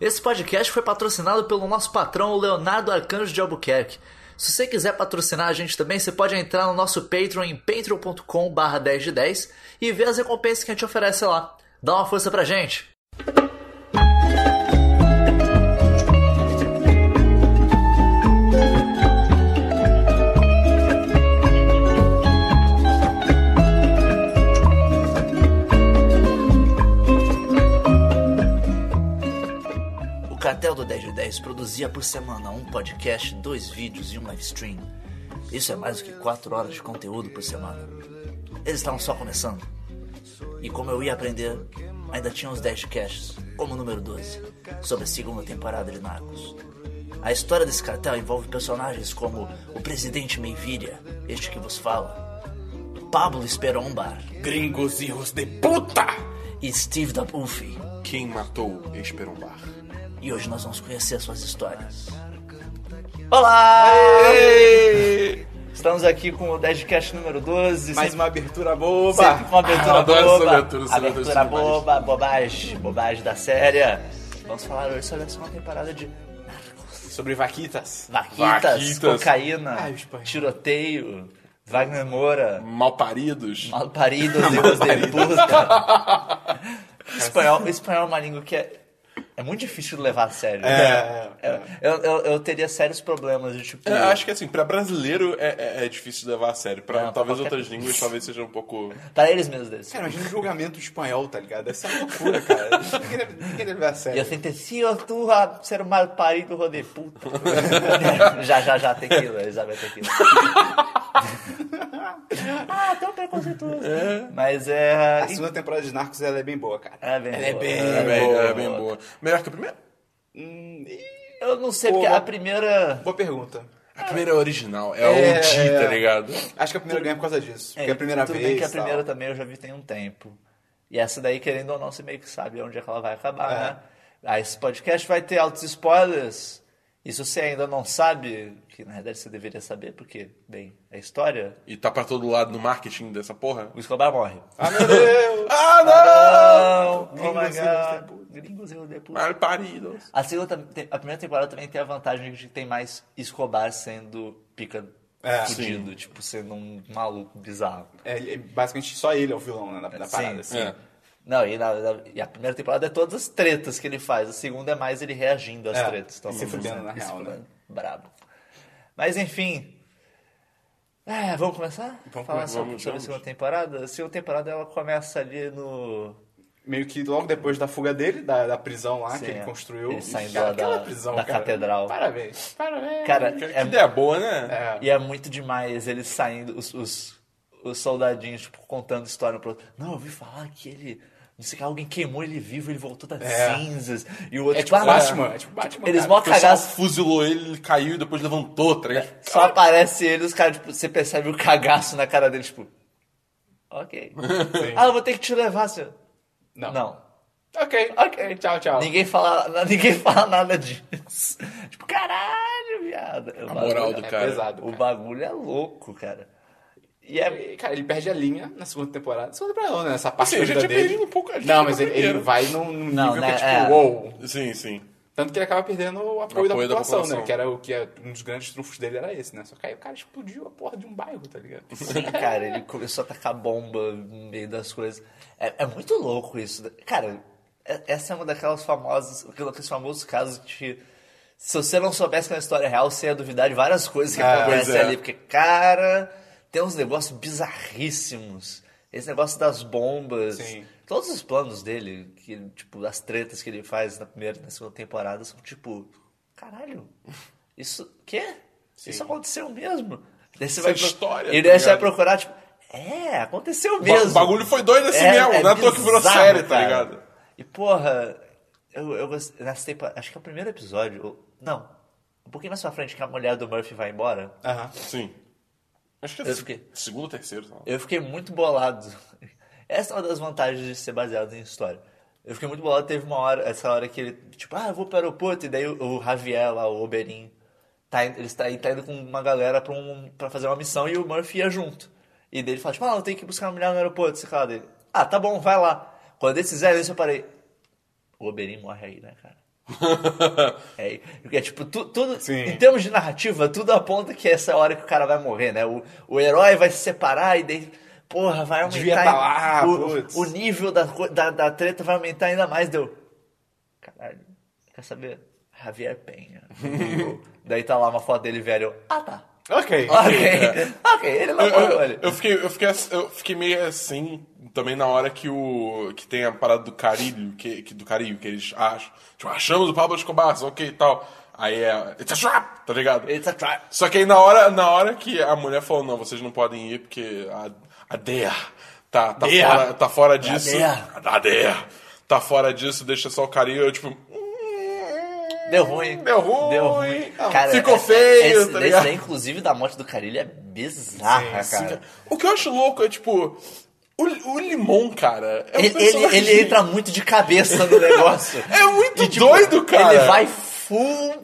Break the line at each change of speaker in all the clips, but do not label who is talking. Esse podcast foi patrocinado pelo nosso patrão, o Leonardo Arcanjo de Albuquerque. Se você quiser patrocinar a gente também, você pode entrar no nosso Patreon em patreon.com 10 de 10 e ver as recompensas que a gente oferece lá. Dá uma força pra gente! O Cartel do 10 de 10 produzia por semana um podcast, dois vídeos e um live stream. Isso é mais do que 4 horas de conteúdo por semana. Eles estavam só começando. E como eu ia aprender, ainda tinha uns 10 casts, como o número 12, sobre a segunda temporada de Narcos. A história desse cartel envolve personagens como o presidente Meivilha, este que vos fala, Pablo Esperombar
Gringos hijos de puta!
e Steve da Puffy.
Quem matou Esperumbar?
E hoje nós vamos conhecer suas histórias. Olá! Estamos aqui com o Deadcast número 12.
Mais uma abertura boba!
sempre com uma abertura
Ah, eu adoro
boba.
essa abertura, essa
abertura
demais.
boba, bobagem, bobagem da séria. Vamos falar hoje sobre essa uma temporada de
Sobre vaquitas.
vaquitas, cocaína,
Ai, os pais.
tiroteio, Wagner Moura,
Malparidos.
mal paridos, Deus de puta. espanhol, espanhol é uma língua que é, é muito difícil de levar a sério.
É, é.
Eu, eu- eu- eu teria sérios problemas de tipo.
É, acho que assim, pra brasileiro é, é- é difícil de levar a sério. Pra
Não,
talvez
qualquer-
outras línguas talvez seja um pouco.
Para eles mesmos deles.
Cara, imagina um julgamento espanhol, tá ligado? Essa é uma loucura, cara. Ninguém deve- Ninguém deve levar a
Eu
sério.
sentencio tu a ser mal parido, rodei puto. já, já, já, tequila, Isabel tequila. ah, tão preconceituoso. Mas é.
A segunda temporada de Narcos ela é bem boa, cara.
É bem. boa.
É bem, é bem boa. Melhor que a primeira?
Eu não sei, porque
Pô,
a primeira.
Boa pergunta.
A primeira é original, é,
É,
a OG,
é.
tá ligado?
Acho que a primeira ganha por causa disso. Porque
É,
é a primeira
tudo
vez.
bem que a
tal.
primeira também eu já vi tem um tempo. E essa daí, querendo ou não, você meio que sabe onde é que ela vai acabar,
É.
né? Aí esse podcast vai ter altos spoilers. E se você ainda não sabe, que na verdade você deveria saber, porque, bem, é história,
E tá pra todo lado no marketing dessa porra.
o Escobar morre.
Ah, meu Deus!
Ah, não!
Não! Oh my
Gringos e os de
god! Gringos e os de puta.
Malparidos.
A, segunda, tem- a primeira temporada também tem a vantagem de que tem mais Escobar sendo pica
É,
fudido, tipo, sendo um maluco bizarro.
É, ele- basicamente só ele é o vilão né, na, na parada.
sim.
Assim.
É.
Não, e, na- na- e a primeira temporada é todas as tretas que ele faz, a segunda é mais ele reagindo às
É,
tretas.
e se fudendo, na
E se
real, né?
fudendo. Brabo. Mas enfim. É, vamos começar?
Vamos
falar
começar,
sobre,
vamos,
sobre a
vamos.
segunda temporada? A segunda temporada ela começa ali no.
Meio que logo depois da fuga dele, da, da prisão lá
Sim,
que ele
é.
construiu.
Ele saindo
E,
lá
cara, aquela
da-
prisão,
da
cara.
catedral.
Parabéns. Parabéns.
Cara,
Que, que
é-
ideia boa, né?
É.
E é muito demais eles saindo, os, os, os soldadinhos, tipo, contando história pro outro. Não, eu ouvi falar que ele. Não sei o que, alguém queimou ele vivo, ele voltou das
É.
cinzas. E o outro,
É tipo
"Ah,
Batman. É tipo Batman.
Eles
cara.
mó
O pessoal
cagaço.
fuzilou ele, ele caiu e depois levantou, tá ligado?
É.
Só aparece ele, os caras, tipo, você percebe o cagaço na cara dele, tipo. Ok. ah, eu vou ter que te levar, senhor.
assim, Não.
Não.
Ok.
Ok.
Tchau, tchau.
Ninguém fala, ninguém fala nada disso. tipo, caralho, viado. O
A moral do
bagulho,
é
cara.
pesado.
O bagulho é louco, cara. E é.
E, Cara, ele perde a linha na segunda temporada. Segunda temporada, né? Essa parte
Assim, eu já
é
toda
tinha
dele.
perdido um pouco a linha
Não, mas
na
ele, ele
primeira.
vai num, num
Não,
nível
né,
que é
é.
tipo, uou.
Sim, sim.
Tanto que ele acaba perdendo o apoio, da,
apoio da
população,
população.
né? Que era o que é, um dos grandes trunfos dele era esse, né? Só que aí o cara explodiu a porra de um bairro, tá ligado?
Sim, cara, ele começou a tacar bomba no meio das coisas. É, é muito louco isso. Cara, é- essa é uma daquelas famosas, aqueles famosos casos de se você não soubesse que é uma história real, você ia duvidar de várias coisas que
Ah,
acontecem
pois é.
ali. Porque, cara, tem uns negócios bizarríssimos. Esse negócio das bombas.
Sim.
Todos os planos dele, que, ele, tipo, as tretas que ele faz na primeira e na segunda temporada, são tipo, caralho, isso. Quê? Isso aconteceu mesmo? Daí você
Isso
vai
é história,
E
tá
daí você vai
ligado?
procurar, tipo, é, aconteceu
Ba-
mesmo.
O bagulho foi doido assim mesmo, não é à toa que virou
bizarro,
série, tá
cara.
ligado?
E porra, eu, eu gostei. Nessa temporada, acho que é o primeiro episódio. ou- não, um pouquinho mais pra frente que a mulher do Murphy vai embora.
Aham.
Sim. Acho que é
Eu fiquei-
segundo ou terceiro, sei lá.
Eu fiquei muito bolado. Essa é uma das vantagens de ser baseado em história. Eu fiquei muito bolado. Teve uma hora, essa hora que ele, tipo, ah, eu vou pro aeroporto. E daí o, o Javier lá, o Oberin, tá, in- ele tá, ele tá indo com uma galera pra, um, pra fazer uma missão e o Murphy ia junto. E daí ele fala, tipo, ah, eu tenho que buscar uma mulher no aeroporto. Esse cara dele, ah, tá bom, vai lá. Quando eles fizeram isso, eu parei. O Oberin morre aí, né, cara? É, é tipo, tu- tudo.
Sim.
Em termos de narrativa, tudo aponta que é essa hora que o cara vai morrer, né? O, o herói vai se separar e daí. Porra, vai aumentar.
Devia tá lá, putz.
o, o nível da, co- da, da treta vai aumentar ainda mais. Deu. Caralho, quer saber? Javier Penha. daí tá lá uma foto dele velho. Ah, tá.
Ok.
Ok, ok, ele não
Eu, eu-
morreu, olha.
eu fiquei, eu, fiquei, ass- eu fiquei meio assim também na hora que o. que tem a parada do carilho, que, que- do carilho, que eles acham. Tipo, achamos o Pablo Escobar, ok e tal. Aí é. It's a trap, tá ligado?
It's a trap.
Só que aí na hora, na hora que a mulher falou, não, vocês não podem ir porque a, a DEA tá, tá,
DEA.
fora, tá
É
fora disso.
DEA.
A DEA. Tá fora disso, deixa só o carilho. Eu, tipo.
Deu ruim.
Hum, Deu ruim. Ah,
Deu ruim. Cara,
Ficou
essa-
feio,
Esse,
tá
esse
ligado?
daí, inclusive, da morte do Carilho é bizarra,
Sim, sim,
cara.
O que eu acho louco é, tipo, o, o Limon, cara. É um
Ele, ele,
personagem-
ele entra muito de cabeça no negócio.
É muito
E, tipo,
doido, cara.
Ele vai full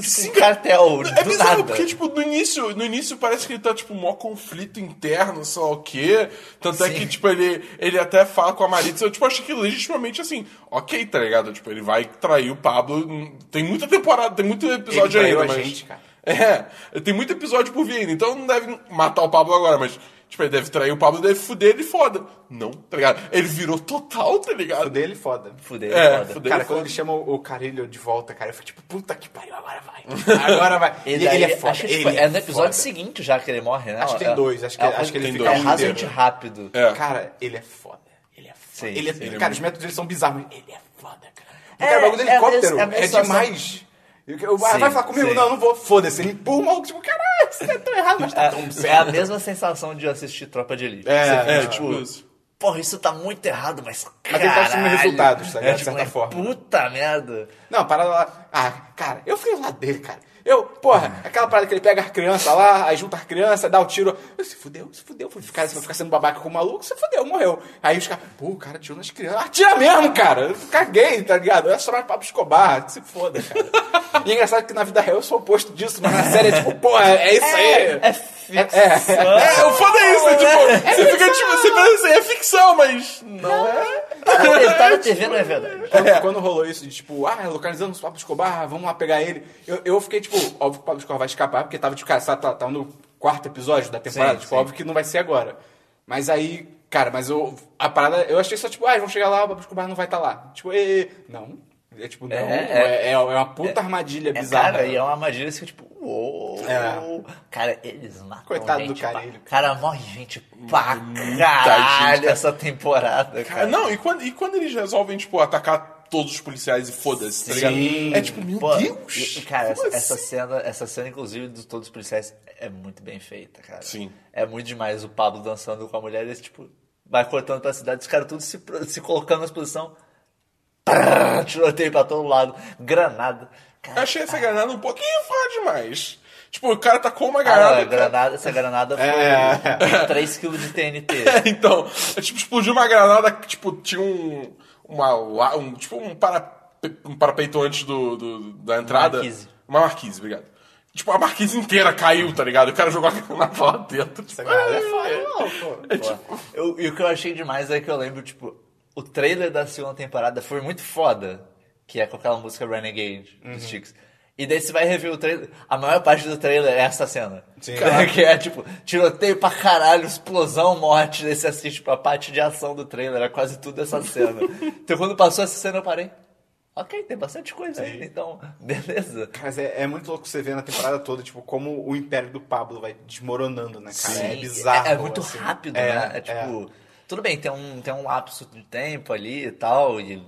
tipo, cartel,
É
do
bizarro,
nada.
porque, tipo, no início, no início parece que ele tá, tipo, mó conflito interno, sei lá o quê. Tanto é
Sim.
que, tipo, ele, ele até fala com a Maritza. Eu, tipo, achei que legitimamente, assim, ok, tá ligado? Tipo, ele vai trair o Pablo. hum, Tem muita temporada, tem muito episódio
traiu
ainda,
a
mas...
gente, cara.
É, tem muito episódio por vir ainda. Então não deve matar o Pablo agora, mas... Tipo, ele deve trair o Pablo, deve fuder ele foda. Não, tá ligado? Ele virou total, tá ligado?
Fudeu ele foda.
Fudeu,
É,
Tipo, foda.
fudeu.
Cara, quando ele chama o Carilho de volta, cara, eu fico tipo, puta que pariu, agora vai. Agora vai.
E
Ele,
daí,
ele é foda.
acho que, tipo,
ele
é, no episódio
foda.
seguinte já que ele morre, né?
Acho que tem
É-
dois, acho que-
é,
acho que ele
é
fica
É
um
razoavelmente
inteiro.
rápido.
É.
Cara, ele é foda. Ele é foda.
Sim,
ele é,
sim,
ele é
cara, os
muito-
métodos dele são bizarros, mas ele é foda, cara. O
É,
cara, o bagulho do
é a mesma-
helicóptero
é
é,
a mesma situação.
demais. Eu- eu- ah,
Sim,
vai falar comigo?
sim.
Não, não vou. Foda-se. Ele empurra o maluco, tipo, caralho, você tá tão errado, mas tá tão
É, é a
certo.
mesma sensação de assistir Tropa de Elite.
É,
Você fica,
é,
tipo,
tipo isso.
porra, isso tá muito errado, mas
ele
caralho.
tá assumindo resultados, tá
É,
ligado? De
tipo,
certa
mas
forma.
Puta merda.
Não, a parada lá. Ah, cara, eu fui do lado dele, cara. Eu, porra, aquela parada que ele pega as crianças lá, aí junta as crianças, dá o tiro. Eu, se fudeu, se fudeu. Fui ficar, se eu ficar sendo babaca com o maluco, se fudeu, morreu. Aí os caras, pô, o cara tirou nas crianças. Atira mesmo, cara. Eu caguei, tá ligado? É só mais papo escobar, que se foda, cara. E é engraçado que na vida real eu sou o oposto disso, mas na série é tipo, porra, é isso aí.
É ficção.
É, o foda é isso, né? Tipo, você fica, tipo, você pensa assim, é ficção, mas... Não é.
Quando ele tá na TV, não é verdade.
Quando, quando rolou isso de tipo, ah, localizamos o Pablo Escobar, vamos lá pegar ele. Eu, eu fiquei tipo, óbvio que o Pablo Escobar vai escapar, porque tava tipo, cara, sabe, tá, tá no quarto episódio da temporada,
Sim,
tipo,
sim.
óbvio que não vai ser agora. Mas aí, cara, mas eu, a parada, eu achei só tipo, ah, vão chegar lá, o Pablo Escobar não vai estar lá. Tipo, e, e, não. É tipo, não.
é.
É, é, é uma puta armadilha
É,
bizarra.
né?
cara, e é uma magia assim, tipo, uou.
É.
Cara, eles matam
Coitado do
gente pra-
Carilho.
Cara, morre gente pra caralho
gente, cara.
essa temporada, cara.
Ah, Não, e quando, e quando eles resolvem, tipo, atacar todos os policiais e foda-se, tá
Sim.
ligado? É tipo, meu
Pô,
Deus!
e- e, cara, essa,
como
essa
assim?
cena, essa cena, inclusive, de todos os policiais é muito bem feita, cara.
Sim.
É muito demais o Pablo dançando com a mulher, esse tipo, vai cortando pra cidade, os caras todos se, pro- se colocando na posição. Prrr, tiroteio pra todo lado, granada.
Eu
Cara,
achei essa granada um pouquinho foda demais. Tipo, o cara tacou uma
ah, não,
granada...
é granada- essa granada foi
É.
3kg de TNT.
então, é, tipo, explodiu uma granada que, tipo, tinha um... Uma, la- um tipo, um, para, um parapeito antes do, do- da entrada.
Marquise.
Uma marquise, obrigado. Tipo, a marquise inteira caiu, tá ligado? O cara jogou a granada lá dentro. tipo, "Ah,
Essa galera é foda, não, pô.
Eu- e o que eu achei demais é que eu lembro, tipo, o trailer da segunda temporada foi muito foda, que é com aquela música Renegade dos
Uhum.
Chicks. E daí você vai rever o trailer. A maior parte do trailer é essa cena.
Sim.
Que é tipo, tiroteio pra caralho, explosão, morte. Daí você assiste tipo, a parte de ação do trailer, é quase tudo essa cena. então quando passou essa cena eu parei. Ok, tem bastante coisa ainda, então, beleza.
Mas é, é muito louco você ver na temporada toda, tipo, como o império do Pablo vai desmoronando, né, cara?
Sim,
é bizarro.
É, é muito
assim.
rápido,
É,
né? É tipo. Tudo bem, tem um, tem um lapso de tempo ali e tal, e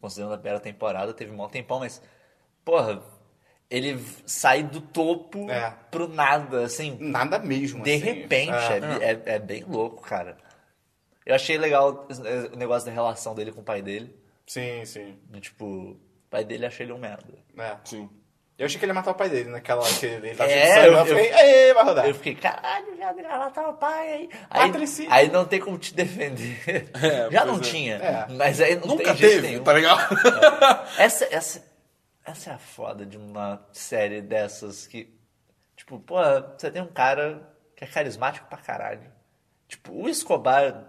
considerando a primeira temporada, teve um bom tempão, mas. Porra, ele v- sai do topo
É.
pro nada, assim,
Nada mesmo.
de
assim.
repente. É, bi- é- é bem louco, cara. Eu achei legal es- eh, o negócio da relação dele com o pai dele.
Sim, sim.
do Tipo, o pai dele achei ele um merda.
É.
Sim.
Eu achei que ele ia matar o pai dele naquela que ele tava
É,
cheio de sangue,
eu-
eu fiquei, "Ei, vai rodar.
Eu fiquei, caralho, já já lá tá o pai aí. Aí,
Patricínio.
aí não tem como te defender.
É,
já
pois
não
é.
tinha.
É.
Mas aí não
Nunca
tem jeito
teve,
nenhum.
tá ligado?
Essa, essa, essa é a foda de uma série dessas que. Tipo, pô, você tem um cara que é carismático pra caralho. Tipo, o Escobar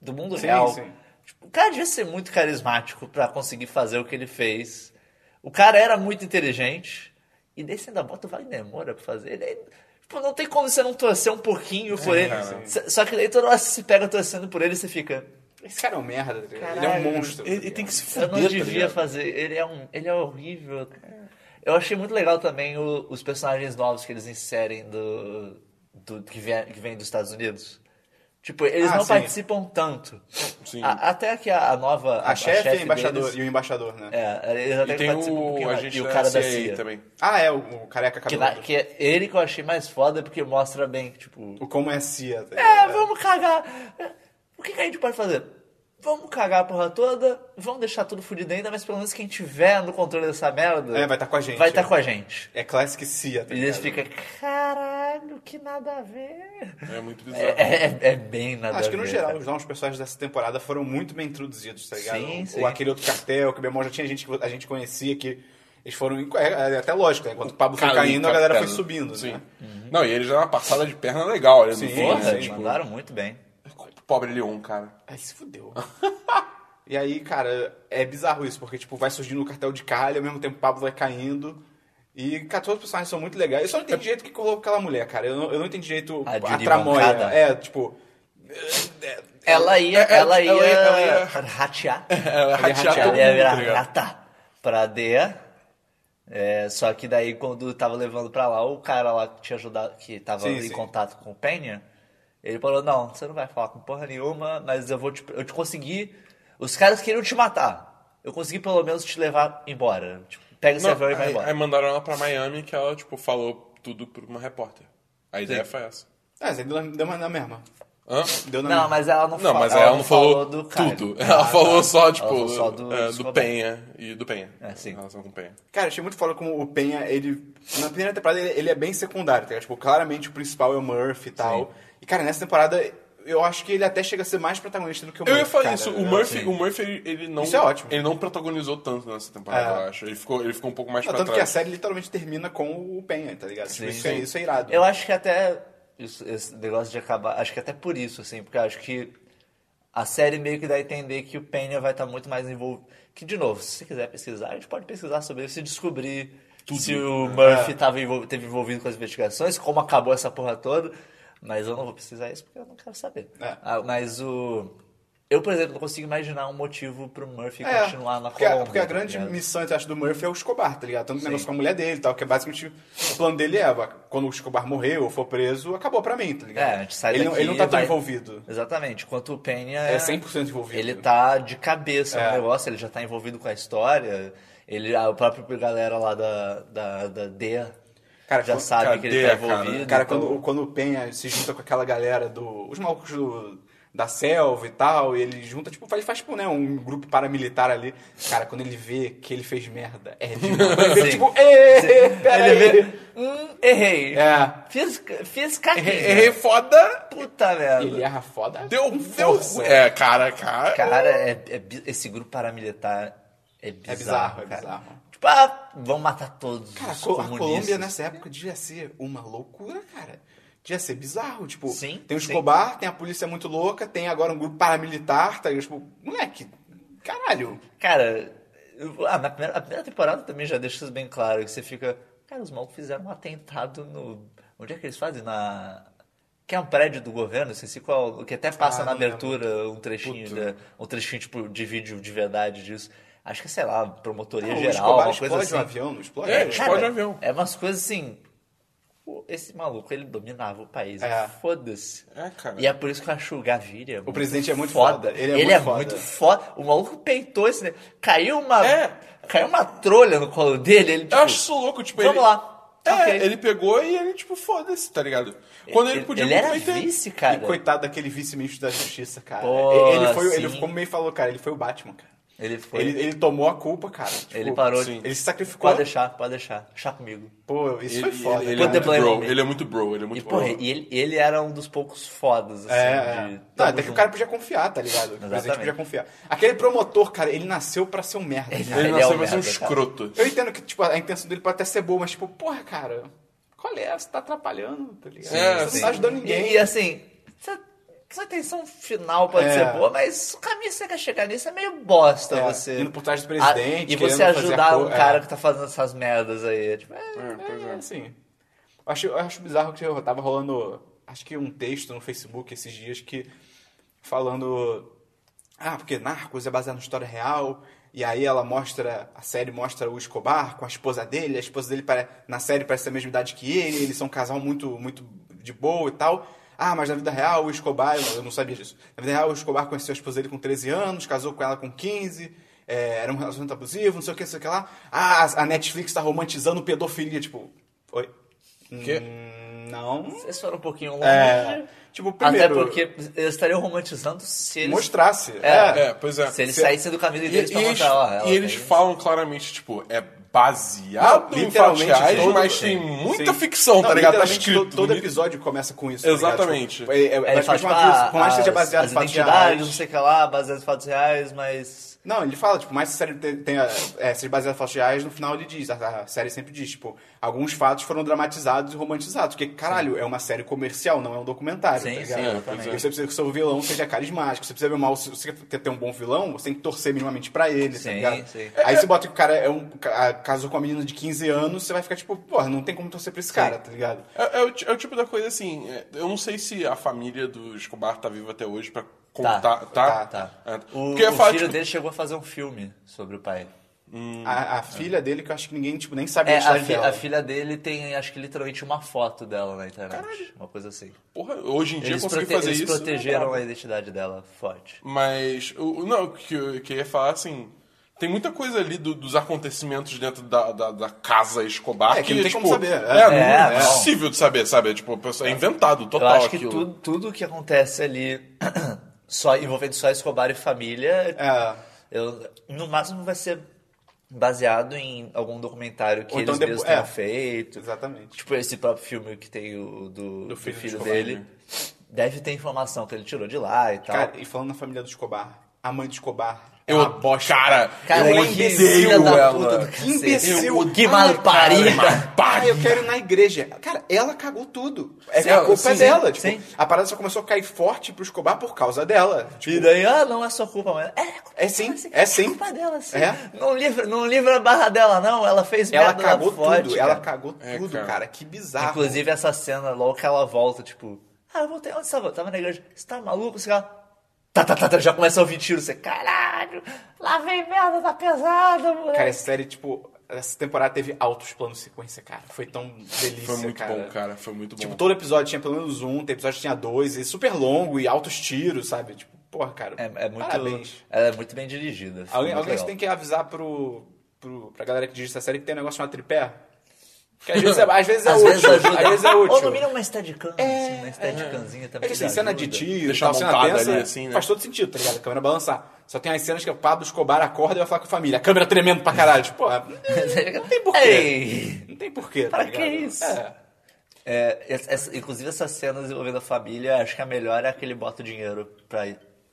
do mundo
Sim,
real.
sim.
Tipo, o cara devia ser muito carismático pra conseguir fazer o que ele fez. O cara era muito inteligente. E daí você ainda bota o Wagner Moura pra fazer. Ele é- tipo, não tem como você não torcer um pouquinho por ele.
cara.
S- Só que daí toda hora você se pega torcendo por ele e você fica.
Esse cara é um merda, tá ligado? ele é
Caralho.
um monstro.
Ele, ele tem que se fuder,
Eu não
tá
devia
ligado?
fazer. Ele é um. Ele é horrível. Eu achei muito legal também o- os personagens novos que eles inserem do. do- que, vem, que vem dos Estados Unidos. Tipo, eles
Ah,
não
sim.
participam tanto.
Sim.
A- até que a, a nova.
A, chefe e, o embaixador,
deles-
e o embaixador, né?
é, eles até
E
que
tem
participam um
o é
pouquinho mais.
agente
E o
da
cara da
CIA
CIA.
também. né?
Ah, é, o, o careca
Que,
cabeludo.
lá- que é ele que eu achei mais foda porque mostra bem, tipo.
O como é CIA, tá
É,
ligado?
vamos cagar. O que, que a gente pode fazer? Vamos cagar a porra toda, vamos deixar tudo fudido ainda, mas pelo menos quem tiver no controle dessa merda.
É, vai tá com a gente,
Vai estar
é.
com a gente.
É Classic CIA, tá
E eles
ligado?
ficam, caralho, que nada a ver.
É muito bizarro.
É, é- é bem nada
Acho
a
que no
ver,
geral
cara.
os novos personagens dessa temporada foram muito bem introduzidos, tá ligado?
Sim,
Ou
sim.
aquele outro cartel, que meu irmão já tinha gente que a gente conhecia que eles foram. É, é até lógico, né? Enquanto o Pablo foi
Cara,
caindo, a
cara,
galera
cara,
foi subindo,
tá Sim.
né?
Não, e ele já é uma passada de perna legal. Ele
Sim,
não
Porra,
foi,
sim,
né?
eles
mano.
mandaram muito bem.
Pobre Leon, cara.
Aí se fudeu. e aí, cara, é bizarro isso, porque tipo, vai surgindo o cartel de calha, ao mesmo tempo o Pablo vai caindo. E, cara, todos os personagens são muito legais. Eu só não
É.
entendi direito o que colocou aquela mulher, cara. Eu não, eu não entendi direito
A
a,
Judy
tramóia.
Moncada?
É, tipo.
Ela ia,
é,
ela ia,
ela ia- ela ia-
ratear.
Ela
Ele é
ratear todo
rateado,
Ela
mundo,
ia
tá
virar
ligado?
gata pra Dea. É, só que daí quando tava levando pra lá, o cara lá que tinha ajudado, que tava
Sim,
em
sim.
contato com o Penha, ele falou, não, você não vai falar com porra nenhuma, mas eu vou te, eu te conseguir. Os caras queriam te matar. Eu consegui pelo menos te levar embora. Tipo, pega esse
Não,
avião e vai
aí, aí
embora.
mandaram ela pra Miami que ela, tipo, falou tudo pra uma repórter. A ideia foi essa.
Ah, mas aí deu na- deu na mesma.
Hã?
Deu na
Não,
mesma.
mas ela não,
Não,
fa-
mas ela não falou,
do cara.
tudo. Ela falou só, tipo,
falou só do-
é, do
Escobar.
Penha e do Penha.
É, sim.
Em relação com o Penha.
Cara, achei muito foda como o Penha, ele. Na primeira temporada ele, ele é bem secundário, tá ligado? Tipo, claramente o principal é o Murphy e tal. E, cara, nessa temporada eu acho que ele até chega a ser mais protagonista do que o
Eu
Murphy.
ia falar
cara,
isso,
né?
o Murphy, o Murphy ele- ele não.
Isso é ótimo.
Ele não protagonizou tanto nessa temporada,
É.
eu acho. Ele ficou, ele ficou um pouco mais
Não,
pra
tanto Tá que a
trás.
série literalmente termina com o Penha, tá ligado? Tipo,
Sim,
isso, é,
sim.
isso é irado.
Eu acho que até isso- esse negócio de acabar, acho que até por isso, assim, porque eu acho que a série meio que dá a entender que o Penha vai estar muito mais envolvido. Que, de novo, se você quiser pesquisar, a gente pode pesquisar sobre isso e descobrir se
É.
o Murphy tava envol- teve envolvido com as investigações, como acabou essa porra toda. Mas eu não vou pesquisar isso porque eu não quero saber.
É.
Ah, mas o. Eu, por exemplo, não consigo imaginar um motivo pro Murphy
É,
continuar na
porque a,
Colômbia.
porque a
tá
grande
ligado?
missão, eu acho, do Murphy é o Escobar, tá ligado? Tanto o negócio com a mulher dele e tal, que é basicamente o plano dele é, "Ah, quando o Escobar morreu ou for preso, acabou pra mim, tá ligado?
É, a gente sai
ele, não-
daqui
ele não tá
e
tão
vai-
envolvido.
Exatamente. Enquanto o Penha...
É 100% envolvido.
Ele tá de cabeça
É.
no negócio, ele já tá envolvido com a história. Ele, a própria galera lá da, da, da D
Cara,
já
quando-
sabe
cara,
que ele
Dea,
tá envolvido.
Cara,
então-
quando, quando o Penha se junta com aquela galera do. Os malucos do- da selva e tal, e ele junta, tipo, faz, faz tipo, né, um grupo paramilitar ali. Cara, quando ele vê que ele fez merda, é ridículo. Ele
Sim.
fica tipo, "Ê, pera
Ele
aí.
vê, hum, errei.
É.
Fiz, fiz caquinha.
Errei, É, errei foda!
Puta
Ele é um
merda.
erra foda.
né? Deu, deu.
força.
É, cara, cara.
Cara, é- é bi- esse grupo paramilitar é bizarro,
bizarro, é
cara.
bizarro.
Tipo, ah, vão matar todos
Cara, a
os
Col- a
comunistas.
Colômbia né? nessa época devia ser uma loucura, cara. Devia ser bizarro. Tipo,
Sim,
tem o
sim.
Escobar, tem a polícia muito louca, tem agora um grupo paramilitar, tá? ligado? Tipo, moleque, caralho.
Cara, eu- ah, na primeira, a primeira temporada também já deixa isso bem claro, que você fica. Cara, os malucos fizeram um atentado no. Onde é que eles fazem? Na. Que é um prédio do governo, não sei se qual. Que até passa
Ah,
na
não lembro.
abertura um trechinho,
Puta.
da- um trechinho tipo, de vídeo de verdade disso. Acho que, sei lá, promotoria
o
geral,
Escobar
uma coisa
explode
assim.
um avião, não explode?
É,
Não,
explode
Cara,
um avião.
É umas coisas assim. pô, Esse maluco, ele dominava o país.
É.
Foda-se.
É, cara.
E é por isso que eu acho o Gaviria. O
presidente é muito foda. Ele é muito foda.
muito foda. O maluco peitou esse. ne- Caiu uma.
É.
Caiu uma trolha no colo dele. Ele, tipo,
Eu acho isso louco, tipo,
Vamos
ele...
lá.
É,
Ok.
ele pegou e ele, tipo, foda-se, tá ligado? Quando ele, podia
ele era
muito bem ter-
vice,
E
cara.
coitado daquele vice-ministro da justiça, cara.
Pô,
ele foi,
sim.
ele, como meio falou, cara, ele foi o Batman, cara.
Ele foi.
Ele, ele tomou a culpa, cara. Tipo,
Ele parou de-
Ele se sacrificou.
Pode deixar, pode deixar. Deixa comigo.
Pô, isso foi
Ele,
foda.
ele, ele, é
Quando
cara.
muito
Blame
bro,
Me.
ele é muito bro, ele é muito
E, porra,
bro.
e ele, ele era um dos poucos fodas, assim.
É,
de-
é. Não,
Tamo
até que o
junto.
cara podia confiar, tá ligado? O
Exatamente.
presidente podia confiar. Aquele promotor, cara, ele nasceu pra ser um merda.
Ele-
cara.
Ele
é um
nasceu pra ser um
merda, cara.
escroto.
Eu entendo que tipo, a intenção dele pode até ser boa, mas tipo, porra, cara, qual é? Você tá atrapalhando, tá ligado?
É,
você
sim.
não tá ajudando
E- é
ninguém.
E, assim, você- Essa intenção final pode
É.
ser boa, mas o caminho que você quer chegar nisso é meio bosta
É,
você.
indo por trás do
Ah,
presidente,
e você
querendo fazer
ajudar
a
um
co- é.
cara que tá fazendo essas merdas aí. Tipo, é,
É, pois
É,
é.
assim. Eu acho, eu acho bizarro que eu tava rolando, acho que um texto no Facebook esses dias que falando. Ah, porque Narcos é baseado na história real. E aí ela mostra, a série mostra o Escobar com a esposa dele. A esposa dele pare- na série parece ter a mesma idade que ele. Eles são um casal muito, muito de boa e tal. Ah, mas na vida real o Escobar, eu não sabia disso. Na vida real o Escobar conheceu a esposa dele com 13 anos, casou com ela com 15. É, era um relacionamento abusivo, não sei o que, não sei o que lá. Ah, a Netflix tá romantizando pedofilia. Tipo, oi?
Quê?
Hum, não.
vocês foram um pouquinho longe.
É, tipo,
Até
primeiro,
porque eles estariam romantizando se eles.
mostrasse.
É.
É, pois é.
Se eles
Se-
saíssem do caminho
E,
deles pra
e eles,
mostrar, ó, ela tá
e eles
tem-
falam claramente, tipo, é baseado
Não,
em fatos
literalmente
reais,
todo-
mas tem
sim,
muita
Sim.
ficção,
Não,
tá ligado? Tá
literalmente
escrito.
to- todo
bonito.
episódio começa com isso.
Exatamente.
Tá ligado? Tipo, é, é,
Ele
é
fala, tipo,
tipo uma acusação,
ah,
por mais que seja
as-
baseado em
as
fatos
identidades,
reais.
não sei o que lá, baseado em fatos reais, mas...
Não, ele fala, tipo, mais a série tem, tem a- é, seja baseada em fatos reais, no final ele diz, a, a série sempre diz, tipo, alguns fatos foram dramatizados e romantizados, porque, caralho, é uma série comercial, não é um documentário,
Sim,
tá
sim,
ligado?
exatamente.
E você precisa que o seu vilão seja carismático, você precisa ver mal, se você quer ter um bom vilão, você tem que torcer minimamente pra ele, tá
Sim,
ligado?
sim.
Aí você bota que o cara é um, ca- casou com uma menina de 15 anos, você vai ficar tipo, porra, não tem como torcer pra esse cara, tá ligado?
É, é o, ti- é o tipo da coisa assim, é, eu não sei se a família do Escobar tá viva até hoje pra contar, tá?
Tá, tá.
É,
O,
porque eu ia
o
falar,
filho
tipo,
dele chegou a fazer um filme sobre o pai.
A, a filha dele, que eu acho que ninguém, tipo, nem sabe
Hum, É,
a
a,
identidade
fi-
dela.
a filha dele tem, acho que literalmente uma foto dela na internet. Uma coisa assim.
porra, hoje em dia eu
Eles,
consegui
prote-
fazer
eles
isso. né,
protegeram
brabo.
a identidade dela, forte.
Mas, o- o- não, o que eu que eu ia falar, assim, tem muita coisa ali do- dos acontecimentos dentro da, da, da casa Escobar
É, que não tem
tipo,
como saber,
É,
é.
não
É,
é
não.
possível de saber, sabe? É, tipo, é inventado
Eu
total
acho que
aquilo.
tudo, tudo que acontece ali, só envolvendo só Escobar e família,
É.
eu- no máximo vai ser baseado em algum documentário que
Ou então
eles
depo-
mesmos
é.
tenham feito.
Exatamente.
Tipo, esse próprio filme que tem o do, do
filho
filho,
do Escobar,
dele.
né?
Deve ter informação que ele tirou de lá e tal.
Cara, e falando na família do Escobar, a mãe do Escobar é
Eu,
uma bosta.
cara,
Cara,
eu
que filha
odeio
da
ela.
puta do
Que
cacete.
imbecil.
Eu- Que
Ai,
malparida.
cara,
Ah, eu quero ir na igreja. Cara, ela cagou tudo. É,
Sim,
a culpa
sim,
é dela. Tipo,
sim.
A parada só começou a cair forte pro Escobar por causa dela.
E
Tipo,
daí, ah, não é sua culpa, mas. É, culpa
É sim,
dela,
é sim.
culpa dela, sim.
É.
Não, livra, não livra a barra dela, não. Ela fez
ela
merda,
cagou
ela fode,
tudo.
um cara.
Ela cagou
É,
tudo,
cara.
cara. Que bizarro.
Inclusive, essa cena, logo que ela volta, tipo, ah, eu voltei, onde você tava? Tava na igreja. Você tá maluco? Você tá. Tá, tá, tá, tá, já começa a ouvir tiro. Você, caralho, lá vem merda, tá pesado, moleque.
Cara, essa série, tipo, essa temporada teve altos planos de sequência, cara. Foi tão delícia,
Foi muito
cara.
bom, cara, foi muito bom.
Tipo, todo episódio tinha pelo menos um, tem episódio que tinha dois, e super longo, e altos tiros, sabe? Tipo, porra, cara.
é, é muito.
Parabéns.
Ela é muito bem dirigida. ficou
Alguém,
muito
alguém
legal.
tem que avisar pro, pro, pra galera que dirige essa série que tem um negócio chamado tripé. Que às vezes é, às vezes é
Às
útil.
vezes ajuda.
Às vezes é
Ou no
útil.
mínimo uma steadicam, assim, uma steadicamzinha
É
também.
que assim,
já
cena de
ajuda.
tiro,
Deixar
tal, cena
montada
tensa,
ali, assim, né?
faz todo sentido, tá ligado? A câmera balançar. Só tem as cenas que o Pablo Escobar acorda e vai falar com a família. A câmera tremendo pra caralho. Tipo, ah, não tem porquê.
Ei!
Não tem porquê, tá
Pra que
ligado?
isso?
É.
É, essa- essa- inclusive essas cenas envolvendo a família, acho que a melhor é aquele bota o dinheiro pra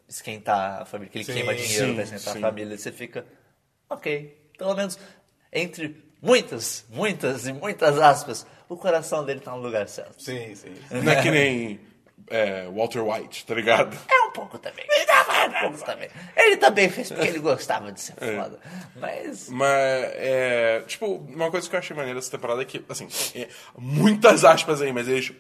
esquentar a família, que ele
Sim,
queima dinheiro
sim,
pra esquentar
sim.
a família. Você fica, ok, pelo menos entre muitas, muitas e muitas aspas, o coração dele tá no lugar certo.
Sim, sim.
Não é que nem é, Walter White, tá ligado?
É um pouco também. É um pouco também. Ele também fez porque ele gostava de ser foda. Mas.
Mas, é, tipo, uma coisa que eu achei maneira dessa temporada é que, assim, é, muitas aspas aí, mas eles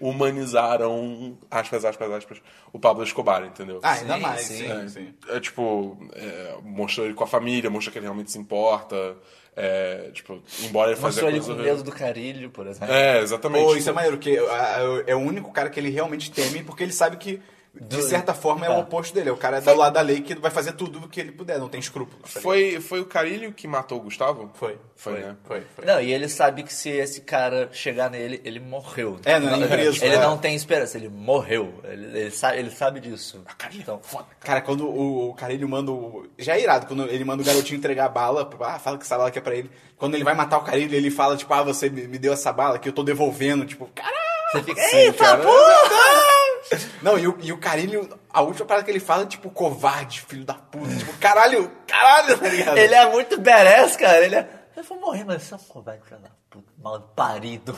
humanizaram, aspas, aspas, aspas, o Pablo Escobar, entendeu?
Ah, ainda
Sim,
mais,
sim.
sim,
É,
sim.
é, tipo, é, mostrou ele com a família, mostrou que ele realmente se importa, é, tipo, embora ele fazia
Mostrou ele com
coisa...
o dedo do carilho, por exemplo.
É, exatamente.
Pô, isso é maneiro, porque ah, é o único cara que ele realmente teme, porque ele sabe que, de
Do-
certa forma, é
É.
o oposto dele. É o cara do lado da lei que vai fazer tudo o que ele puder, não tem escrúpulos. tá
Foi, foi o Carilho que matou o Gustavo?
Foi.
Foi, né?
ligado? Foi, foi.
Não, e ele sabe que se esse cara chegar nele, ele morreu.
É, não, ele é preso,
Ele
é.
não tem esperança, ele morreu. Ele, ele sabe, ele sabe disso.
é
Então,
Cara, quando o, o cara ele manda o. Já é irado, quando ele manda o garotinho entregar a bala, ah, fala que essa bala aqui é pra ele. Quando ele vai matar o cara, ele ele fala, tipo, ah, você me, me deu essa bala que eu tô devolvendo, tipo, caralho!
você fica, tá
Sim,
eita
cara.
é
porra!
Não, e o, e o Carilho, a última parada que ele fala é tipo, covarde, filho da puta. Tipo, caralho, caralho, tá ligado?
Ele é muito badass, cara. Ele é, Eu vou morrer, mas você é um covarde, filho da puta. Mal parido.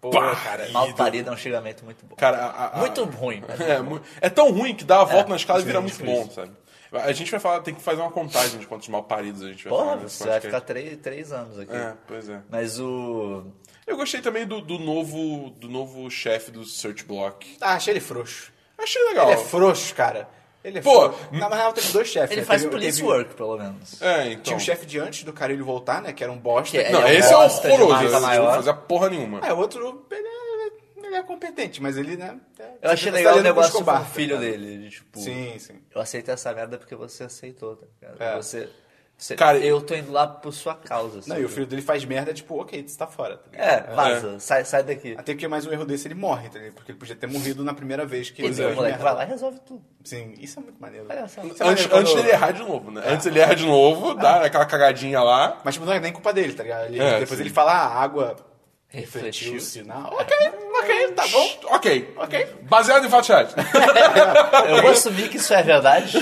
Pô,
Pá,
cara.
Mal parido é um xingamento muito bom.
Cara, a-
Ah.
a-
muito ruim. mas-
É, mu- é tão ruim que dá a volta na escala e vira muito
tipo
bom, sabe? A gente vai falar, tem que fazer uma contagem de quantos mal paridos a gente vai
Porra,
falar. nesse
você vai ficar
podcast.
três, três anos aqui.
É, pois é.
Mas o.
Eu gostei também do, do novo, do novo chefe do Search Block.
Ah, achei ele frouxo.
Achei legal.
Ele é frouxo, cara. Ele é
Pô,
frouxo. Na real, teve dois chefes.
Ele
né?
faz
Teve-
police
teve-
work, pelo menos.
É, então.
Tinha um chefe de antes do Carilho voltar, né? Que era um bosta.
Que é-
Não,
ele
esse é
bosta
horroroso.
demais,
Ele
tá
não
maior.
fazia porra nenhuma.
Ah, o outro, ele é, ele é competente, mas ele, né? é-
Eu achei
tá
legal o
lidando com
negócio com o
Escobar,
filho
tá ligado?
dele. de, Tipo,
Sim, sim.
eu aceito essa merda porque você aceitou, tá ligado?
É.
Você, você-
Cara,
eu tô indo lá por sua causa.
Não,
sabe?
e o filho dele faz merda, tipo, ok, você tá fora. Tá ligado?
É, vaza, Sai, sai daqui.
Até que mais um erro desse ele morre, tá ligado? Porque ele podia ter morrido na primeira vez que ele
Então,
fez
moleque,
merda.
vai lá e resolve tudo.
Sim, isso é muito maneiro.
Olha só.
Isso é
Antes,
maneiro
antes
quando-
dele errar de novo, né? Antes ele erra de novo, dá aquela cagadinha lá.
Mas tipo, não é nem culpa dele, tá ligado? Ele-
É,
depois
sim.
ele fala, ah, a água refletiu
Refletiu.
o sinal. Ok, ok, tá bom.
Ok.
Ok.
Baseado em fatos reais.
Eu vou assumir que isso é verdade.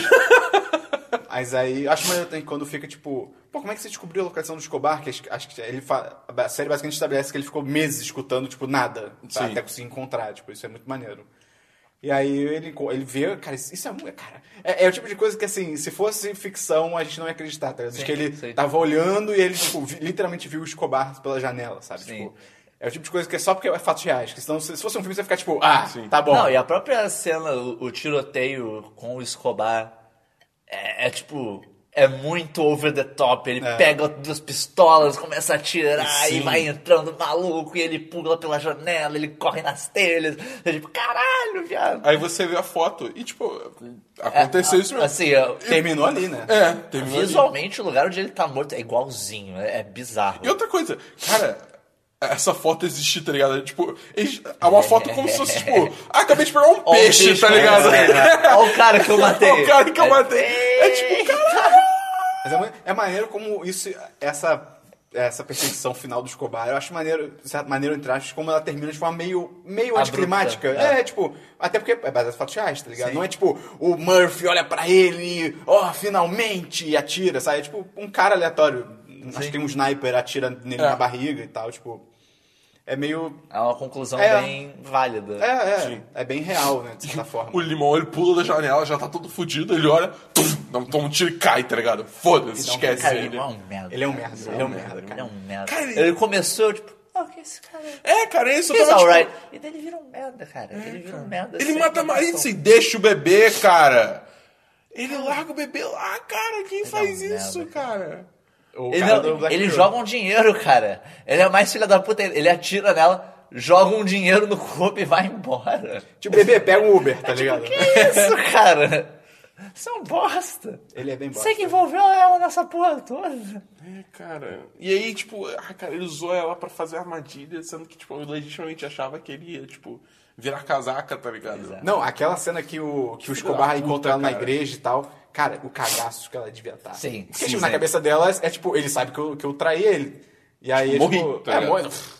Mas aí, acho maneiro também quando fica tipo, pô, como é que você descobriu a locação do Escobar? Que acho, acho que ele fa... a série basicamente estabelece que ele ficou meses escutando, tipo, nada, tá?
Sim.
até conseguir encontrar, tipo, isso é muito maneiro. E aí ele, enco- ele vê, cara, isso isso é muito, cara, é, é o tipo de coisa que assim, se fosse ficção a gente não ia acreditar, tá? Acho
Sim,
que ele
sim.
tava olhando e ele, tipo, vi- literalmente viu o Escobar pela janela, sabe?
Sim.
Tipo, é o tipo de coisa que é só porque é fatos reais, que senão se se fosse um filme você ia ficar tipo, ah,
Sim.
tá bom.
Não, e a própria cena, o, o tiroteio com o Escobar, é, é tipo. É muito over the top. Ele pega duas pistolas, começa a atirar e
É. Sim.
vai entrando maluco. E ele pula pela janela, ele corre nas telhas. É tipo, caralho, viado.
Aí você vê a foto e, tipo, aconteceu isso mesmo.
Assim, eu-
Terminou ali, né?
É, terminou ali.
visualmente o lugar onde ele tá morto é igualzinho. É, é bizarro.
E outra coisa, cara, essa foto existe, tá ligado? É, Tipo, ex- é uma foto como se fosse, tipo, ah, acabei de pegar um
Ó o
peixe, tá ligado?
né? Ó o cara que eu matei.
o cara que eu
É-
matei. É tipo, cara,
Mas é, ma- é maneiro como isso, essa, essa perseguição final do Escobar, eu acho maneiro, essa- maneiro entre aspas, como ela termina de forma meio, meio
Abrupta,
anticlimática.
é.
É. tipo, até porque é baseado em fatos reais, tá ligado? Não é tipo, o Murphy olha pra ele, ó, finalmente, e atira, sabe? É tipo, um cara aleatório, acho que tem um sniper, atira nele
É.
na barriga e tal, tipo... É meio...
É uma conclusão
É.
bem válida.
É, é,
Sim.
é bem real, né, de certa forma.
o limão, ele pula da janela, já tá todo fudido, ele olha, tum, dá um- toma um tiro e cai, tá ligado? Foda-se,
Não,
esquece
Cara, ele
ele.
é um merda.
Ele é um merda, ele é um merda,
Ele é
cara.
um merda.
Cara, ele-
ele... começou, tipo, oh, que esse cara.
É, cara, é isso. eu
He's
tava, tipo,
alright. E daí ele vira um merda, cara. ele vira um merda.
Ele
sem
mata a
preocupação.
Maritza e deixa o bebê, cara. Ele larga o bebê lá, cara. Quem faz
é um merda,
isso, cara?
O
Ele,
cara
não-
do Black
ele
Mirror.
joga um dinheiro, cara. Ele é mais filha da puta. Ele ele atira nela, joga um dinheiro no corpo e vai embora.
Tipo, bebê, pega um Uber,
É
tá ligado?
Que isso, cara? Isso é um bosta.
Ele é bem bosta.
Você que envolveu ela nessa porra toda.
É, cara. E aí, tipo, ah, cara, ele usou ela pra fazer armadilha, sendo que, tipo, eu legitimamente achava que ele ia, tipo, virar casaca, tá ligado?
Não, aquela cena que o, que o
da
Escobar
puta,
encontra ela na
cara.
igreja e tal. Cara, o cagaço que ela devia estar.
Sim,
Porque,
sim, né?
tipo,
sim.
na cabeça dela é tipo, ele sabe que eu, que eu traí ele. E aí,
Tipo,
é, tipo,
morri, tá
é,
ligado?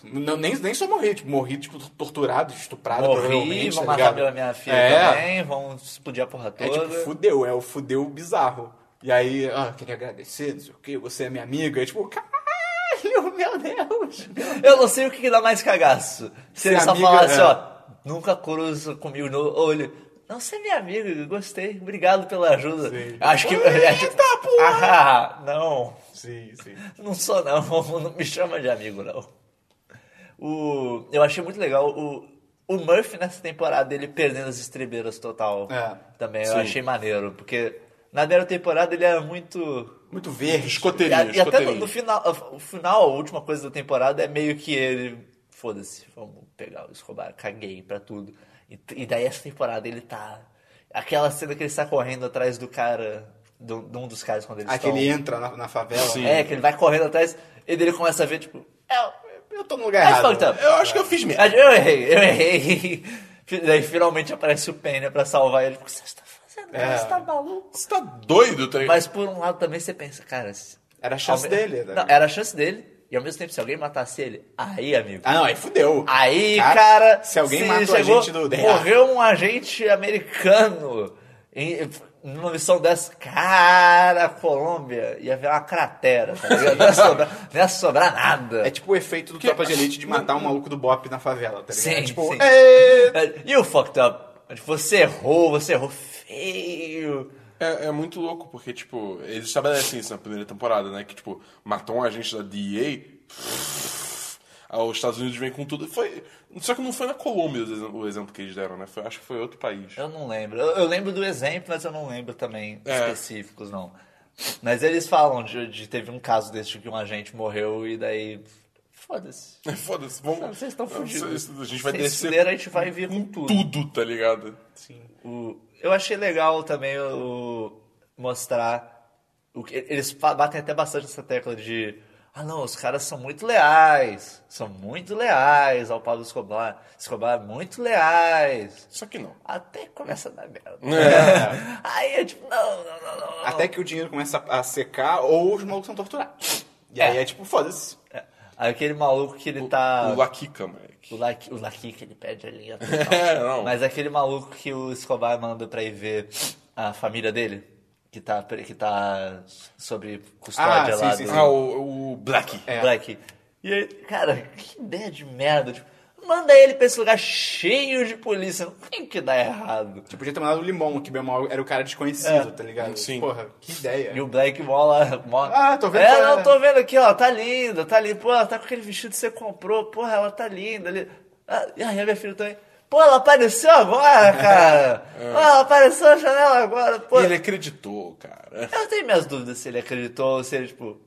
morri, não, nem, nem só morri, tipo, morri, tipo, torturado, estuprado,
Morri,
provavelmente,
vão
tá
matar
ligado?
minha, minha filha
é,
também, vão explodir a porra
É
toda.
tipo, fudeu, é o fudeu bizarro. E aí, ah, queria agradecer, não sei o quê, você é minha amiga. É tipo, caralho, meu Deus.
Eu não sei o que, que dá mais cagaço. Se
Ser
ele só
amiga,
falasse,
é.
ó, nunca cruza comigo no olho. Não, você é minha amiga, eu gostei, obrigado pela ajuda.
Sim.
Acho que. Eita, ah, não,
Sim, sim.
não sou não, não me chama de amigo não. O, eu achei muito legal o, o Murphy nessa temporada, ele perdendo as estrebeiras total.
É.
Também eu
Sim.
achei maneiro, porque na primeira temporada ele era muito.
Muito verde.
E, a-
Escoteirinho,
e até no,
escoteirinho.
no final, o final, a última coisa da temporada é meio que ele. Foda-se, vamos pegar o Escobar, caguei pra tudo. E, t- e daí essa temporada ele tá. Aquela cena que ele está correndo atrás do cara, do- de um dos caras quando eles
Aquele
estão.
entra na, na favela.
Sim.
É, que ele vai correndo atrás e daí ele começa a ver, tipo. É,
Eu tô no lugar
Mas
errado.
fucked up.
Eu acho que eu fiz mesmo.
eu errei, eu errei. Daí finalmente aparece o Penha pra salvar ele. Tipo, o que você está fazendo?
É.
Você tá maluco?
Você tá doido, tá ligado?
Mas por um lado também você pensa, cara. se-
Era a chance
ao me-
dele, né?
Não, era a chance dele. E ao mesmo tempo, se alguém matasse ele, aí, amigo.
Ah, não, aí fudeu.
Aí, cara.
Se alguém
se
matou a
chegou-
gente do DEA.
Morreu um agente americano. E- numa missão dessa, cara, a Colômbia ia virar uma cratera, tá ligado? Não ia sobrar, não ia sobrar nada.
É tipo o efeito do Tropa de Elite de matar um maluco do Bop na favela, tá ligado?
Sim,
É tipo,
sim.
"Ê,
You fucked up. Você errou, você errou feio.
É, é muito louco, porque, tipo, eles estabelecem isso na primeira temporada, né? Que, tipo, matou um agente da DEA, aí os Estados Unidos vêm com tudo. Foi, só que não foi na Colômbia o exemplo- o exemplo que eles deram, né? Foi- acho que foi outro país.
Eu não lembro. Eu, eu lembro do exemplo, mas eu não lembro também
É.
específicos, não. Mas eles falam de, de teve um caso desse de que um agente morreu e daí. Foda-se.
Foda-se, vamos...
Cara, vocês estão
Não,
fudidos.
vocês- A gente vai
Vocês
descer
fuderam, a gente vai vir com tudo.
tudo, tá ligado?
O- eu achei legal também o, o- mostrar. O, que- eles fa- batem até bastante essa tecla de. Ah, não, os caras são muito leais. São muito leais ao Pablo Escobar. Escobar, muito leais.
Só que não.
Até começa a dar merda.
É.
Aí é tipo, não, não, não, não. não.
Até que o dinheiro começa a secar ou os malucos são torturados. E aí é tipo, foda-se.
É. Aí Aquele maluco que ele tá.
O Laquica, moleque.
O Laki, o Laki que ele pede a linha.
É, não.
Mas aquele maluco que o Escobar manda pra ir ver a família dele, que tá, pre- que tá sobre custódia
Ah, sim,
lá
sim,
do
sim.
Ah, o, o Black.
É.
Black. E aí, cara, que ideia de merda. Tipo, manda ele pra esse lugar cheio de polícia. Não tem que dar errado.
Tipo, podia ter mandado o Limão, que bem ou mal era o cara
É.
desconhecido, tá ligado?
Sim.
Porra, que ideia.
E o Black mola. mola.
Ah, tô vendo
É,
qual é.
não, tô vendo aqui, ó. Tá linda, tá linda. Pô, ela tá com aquele vestido que você comprou. Porra, ela tá linda. ali. Ah, e aí, a minha filha também. Pô, ela apareceu agora, cara. Pô, ela apareceu na janela agora. Pô,
Ah. E ele acreditou, cara.
eu tenho minhas dúvidas se ele acreditou ou se ele, tipo,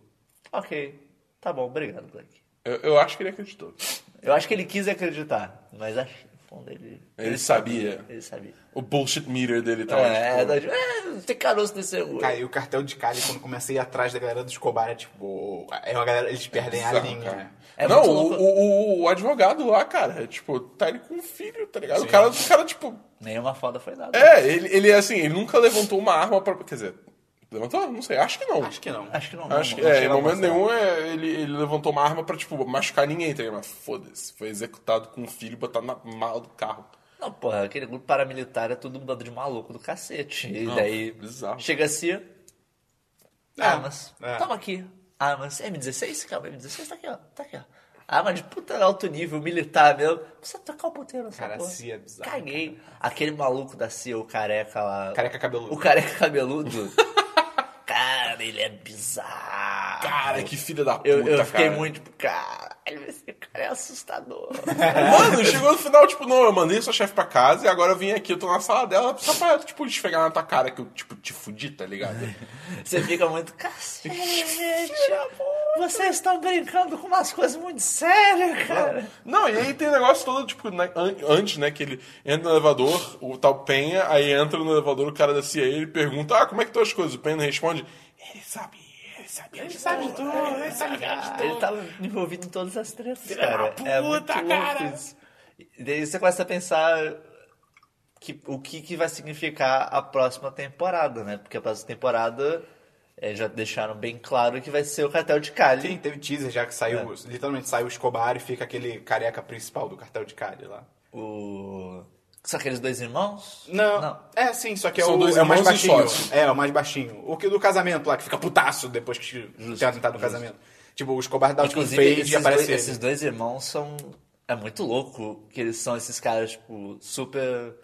ok, tá bom, obrigado, Black.
Eu, eu acho que ele acreditou.
Eu acho que ele quis acreditar, mas acho que no fundo ele.
Ele sabia.
Ele sabia.
O bullshit meter dele tava,
É,
tipo...
tá tipo, é, não tem caroço nesse olho.
Cara, e o cartel de Cali, quando comecei a ir atrás da galera do Escobar, é tipo, "Uou", é uma galera, eles perdem a
Bizarro,
linha.
cara.
né?
É
não,
muito
o,
louco.
o, o advogado lá, cara, é, tipo, tá ele com um filho, tá ligado? O cara, o cara, tipo,
Nenhuma foda foi nada.
é, ele, ele é assim, ele nunca levantou uma arma pra. Quer dizer, levantou? Não sei, acho que não.
Acho que não.
Acho que não.
Acho
não,
que,
não
é, em
chegou a
momento
mostrar.
nenhum é, ele, ele levantou uma arma pra, tipo, machucar ninguém, tá ligado? Mas foda-se, foi executado com um filho botado na mala do carro.
Não, porra, aquele grupo paramilitar é tudo um bando de maluco do cacete. E daí
bizarro.
chega assim,
É,
armas,
é.
toma aqui. Armas, M16? Calma, M16 tá aqui, ó, tá aqui, ó. Arma de puta alto nível, militar mesmo. Precisa tocar o ponteiro nessa
Cara, a
porra.
CIA é bizarra,
Caguei. Aquele maluco da CIA, o careca lá.
Careca cabeludo.
O careca cabeludo. cara, ele é bizarro.
Cara, que filha da puta,
eu, eu fiquei
cara.
muito tipo, cara, esse cara é assustador.
Mano, chegou no final, tipo, não, eu mandei sua chefe pra casa e agora eu vim aqui, eu tô na sala dela só pra, tipo, esfregar na tua cara que eu, tipo, te fudi, tá ligado?
Você fica muito cacete, amor. Vocês estão brincando com umas coisas muito sérias, cara.
Não, e aí tem o negócio todo, tipo, né, an- antes, né, que ele entra no elevador, o tal Penha, aí entra no elevador o cara da CIA e ele pergunta, ah, como é que estão as coisas? O Penha responde, ele sabe, ele sabe, ele sabe de tudo, ele sabe de tudo.
Ele tava envolvido em todas as tretas,
da
cara. é
puta,
muito
cara.
louco isso. E daí você começa a pensar que, o que, que vai significar a próxima temporada, né? Porque a próxima temporada eh, já deixaram bem claro que vai ser o cartel de Cali.
Sim, teve teaser já que
É.
saiu, literalmente saiu o Escobar e fica aquele careca principal do cartel de Cali lá.
O... São aqueles dois irmãos?
Não. É, sim, só que é
São
o,
dois
é o mais
irmãos e
baixinho.
sócio.
É, é o mais baixinho. O que do casamento lá, que fica putaço depois que tem atentado no casamento. Tipo, o Escobar dá o tipo
Inclusive,
fade
esses,
e aparece
dois, esses
ele.
dois irmãos são. É muito louco que eles são esses caras, tipo, super.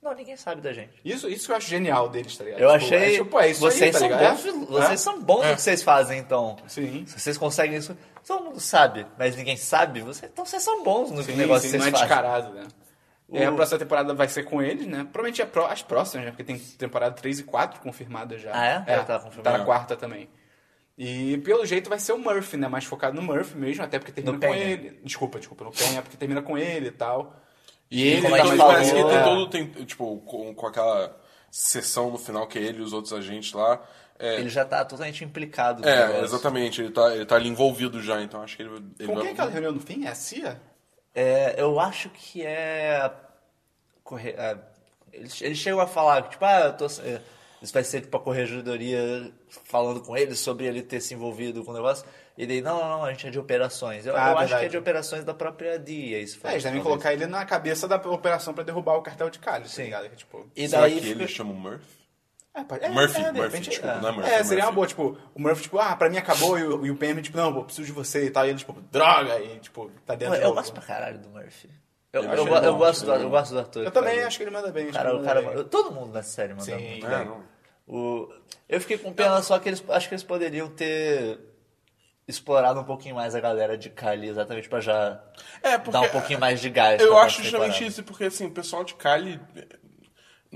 Não, ninguém sabe da gente.
Isso, isso que eu acho genial deles, tá ligado?
Eu
Tipo,
achei.
é, tipo, é isso
vocês
aí, tá
são
ligado?
bons,
É?
vocês
É?
são bons no que vocês fazem, então.
Sim.
Se vocês conseguem isso. Todo mundo sabe, mas ninguém sabe. Você, então vocês são bons no
Sim,
negócio
sim,
que
não é
vocês fazem.
descarado, né? É, a próxima temporada vai ser com eles, né? Provavelmente é pró- as próximas, né? Porque tem temporada 3 e 4 confirmadas já.
Ah, é? Já tá
Tá
confirmado.
na quarta também. E pelo jeito vai ser o Murphy, né? Mais focado no Murphy mesmo, até porque termina
No
com
Penha.
ele. Desculpa, desculpa, no Penha, porque termina com ele e tal. tá
E ele,
como a gente
também
falou,
parece que
é.
tem todo, tem, tipo, com, com aquela sessão no final que é ele e os outros agentes lá, é...
Ele já tá totalmente implicado no
é,
negócio.
exatamente, ele tá, ele tá ali envolvido já, então acho que ele, ele
Com
vai...
quem é aquela reunião no fim? É a Cia?
É, eu acho que é. Corre... é, eles, eles chegam a falar, tipo, ah, eu tô. é, Isso vai ser tipo a corregedoria falando com ele sobre ele ter se envolvido com o negócio. E daí, não, não, não, a gente é de operações. Eu,
Ah,
eu acho que é
verdade.
de operações da própria DIA. Isso
É, eles devem
talvez.
colocar ele na cabeça da operação pra derrubar o cartel de Cali, tá ligado? Que, Tipo,
E
Será
daí
que
fica-
ele chama o Murphy?
É, pode- é,
Murphy,
é, de
Murphy,
repente,
desculpa,
é.
não é Murphy,
É,
é
seria uma
Murphy.
boa, tipo, o Murphy, tipo, ah, pra mim acabou, e o, e o PM, tipo, não, eu preciso de você e tal, e ele, tipo, droga, e, tipo, tá
Eu,
dentro do
eu
jogo.
gosto pra caralho do Murphy. Eu,
Eu
eu,
acho
go-
ele bom,
eu gosto
acho
do,
ele
eu
bom.
gosto do ator.
Eu
que
também
faz
acho que ele manda bem.
o
acho
tá cara,
que ele
o
manda
cara,
bem.
eu- todo mundo nessa série manda
Sim.
muito
É,
bem.
não.
O, eu fiquei com pena só que eles acho que eles poderiam ter explorado um pouquinho mais a galera de Cali, exatamente pra já
É, porque-
dar um pouquinho mais de gás.
Eu
pra
acho
próxima
justamente
temporada.
isso, porque assim, o pessoal de Cali.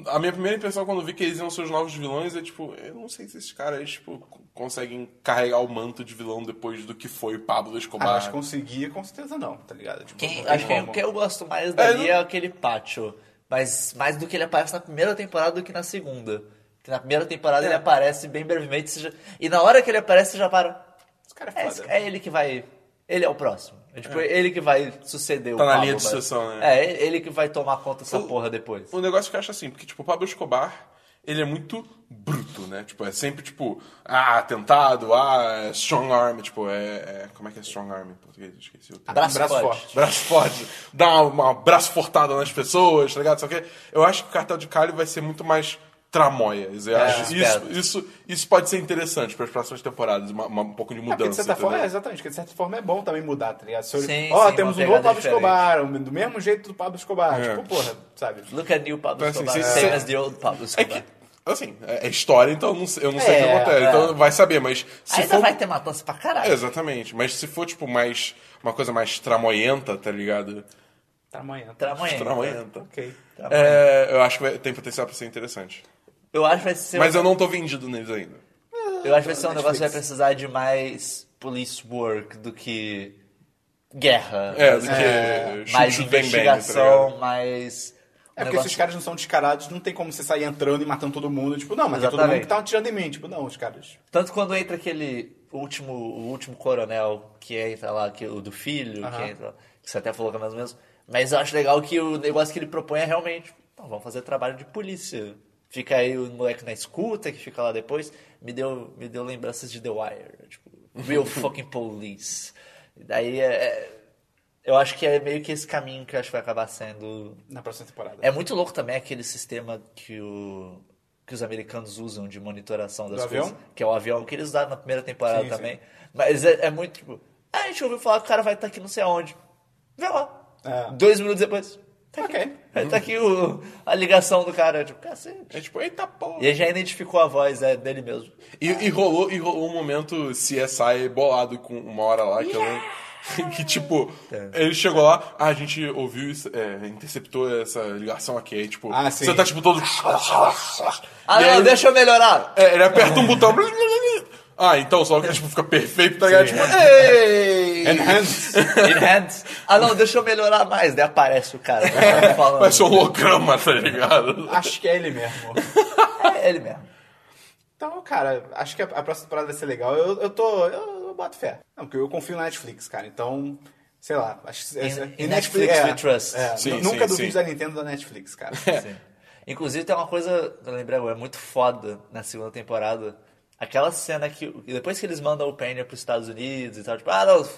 A minha primeira impressão quando vi que eles iam ser os novos vilões é tipo, eu não sei se esses caras tipo, co- conseguem carregar o manto de vilão depois do que foi Pablo
Ah,
Escobar.
mas conseguir, com certeza não, tá ligado? Tipo, não
Quem,
tem
acho que é o
como.
que eu gosto mais dali
eu
é aquele pátio. Mas mais do que ele aparece na primeira temporada do que na segunda. Que na primeira temporada
É.
ele aparece bem brevemente. você já- e na hora que ele aparece, você já para.
Esse cara
É,
é
esse-
foda.
é ele que vai. Ele é o próximo. É, tipo, ele que vai suceder o
Tá na
Pablo,
linha de
mas-
sucessão, né?
É, ele que vai tomar conta dessa porra depois.
O negócio que eu acho assim, porque, tipo, o Pablo Escobar, ele é muito bruto, né? Tipo, é sempre, tipo, ah, atentado, ah, strong arm, tipo, é... é- como é que é strong arm em português? Eu Esqueci o termo.
Abraço,
braço
forte.
forte.
Braço forte, dá uma, uma braço fortada nas pessoas, tá ligado? Só que eu acho que o cartel de Cali vai ser muito mais tramóia. Eu acho isso,
espero.
isso, isso pode ser interessante para as próximas temporadas, uma, uma- um pouco de
É, porque de
mudança.
certa forma, é,
entendeu?
exatamente, porque de certa forma é bom também mudar, tá ligado? Se eu-
Sim,
Ó,
sim,
temos
uma
um novo
pegada
Pablo
diferente.
Escobar, um- do mesmo jeito do Pablo Escobar,
É.
tipo, porra, sabe?
Look at new Pablo
Então, assim,
Escobar,
se-
same
se-
as the old Pablo
É
Escobar.
que, assim, é é história, então eu não sei, eu não sei o que
É,
acontece.
é.
Então vai saber, mas se
Ainda
for...
vai ter matança pra caralho.
É, exatamente. Mas se for, tipo, mais. Uma coisa mais tramoyenta, tá ligado?
Tá amanhã.
Pra amanhã.
Tramoyenta.
Ok.
É, eu acho que vai- tem potencial pra ser interessante.
Tá Eu acho que vai ser um
Mas eu não tô vendido neles ainda.
Eu acho que vai ser um negócio que vai
Netflix.
precisar de mais police work do que guerra.
É,
Mas-
do que.
mais
chute bem bem, tá
investigação,
ligado?
mais. um
É porque
negócio-
esses caras não são descarados, não tem como você sair entrando e matando todo mundo. Tipo, não, mas tem todo
Exatamente.
mundo que tá atirando em mim. Tipo, não, os caras.
Tanto quando entra aquele último, o último coronel que entra lá, que, o do filho, que
Aham.
entra, que você até falou que é mais ou menos. Mas eu acho legal que o negócio que ele propõe é realmente. Não, vamos fazer trabalho de polícia. Fica aí o moleque na escuta, que fica lá depois. Me deu, me deu lembranças de The Wire. Tipo, real fucking police. E Daí é- é- Eu acho que é meio que esse caminho que eu acho que vai acabar sendo
Na próxima temporada.
é muito louco também aquele sistema que, o- que os americanos usam de monitoração das
Do
coisas.
avião?
Que é o avião que eles usaram na primeira temporada
Sim,
também. Mas é, é muito tipo. "Ah, a gente ouviu falar que o cara vai estar aqui não sei aonde. Vê lá.
É.
Dois minutos depois. Tá aqui.
Ok.
Aí tá aqui o- a ligação do cara. Tipo, cacete.
É tipo, eita porra.
E aí já identificou a voz é, dele mesmo.
E, e rolou, e rolou um momento CSI bolado com uma hora lá que eu lembro. Que tipo,
É.
ele chegou lá, ah, a gente ouviu isso, é, interceptou essa ligação aqui, aí tipo,
Ah, sim.
você tá tipo todo.
Ah,
E
não,
aí-
deixa eu melhorar.
É, ele aperta um botão. Ah, então só que tipo, fica perfeito, tá ligado? Tipo,
é.
ei!
Enhance.
Enhance. Ah, não, deixa eu melhorar mais. Daí aparece o cara. falando.
Parece um holograma, tá ligado?
acho que é ele mesmo.
É ele mesmo.
Então, cara, acho que a, a próxima temporada vai ser legal. Eu, eu tô. Eu, eu boto fé. Não, porque eu confio na Netflix, cara. Então, sei lá. Acho, que-
In-
essa-
in
e
Netflix we trust.
é,
Sim,
nu-
sim,
nunca duvide
sim.
da Nintendo da Netflix, cara.
Sim. Inclusive tem uma coisa, eu lembrei agora, é muito foda na segunda temporada. Aquela cena que. e Depois que eles mandam o Penny pros Estados Unidos e tal, tipo, ah, não.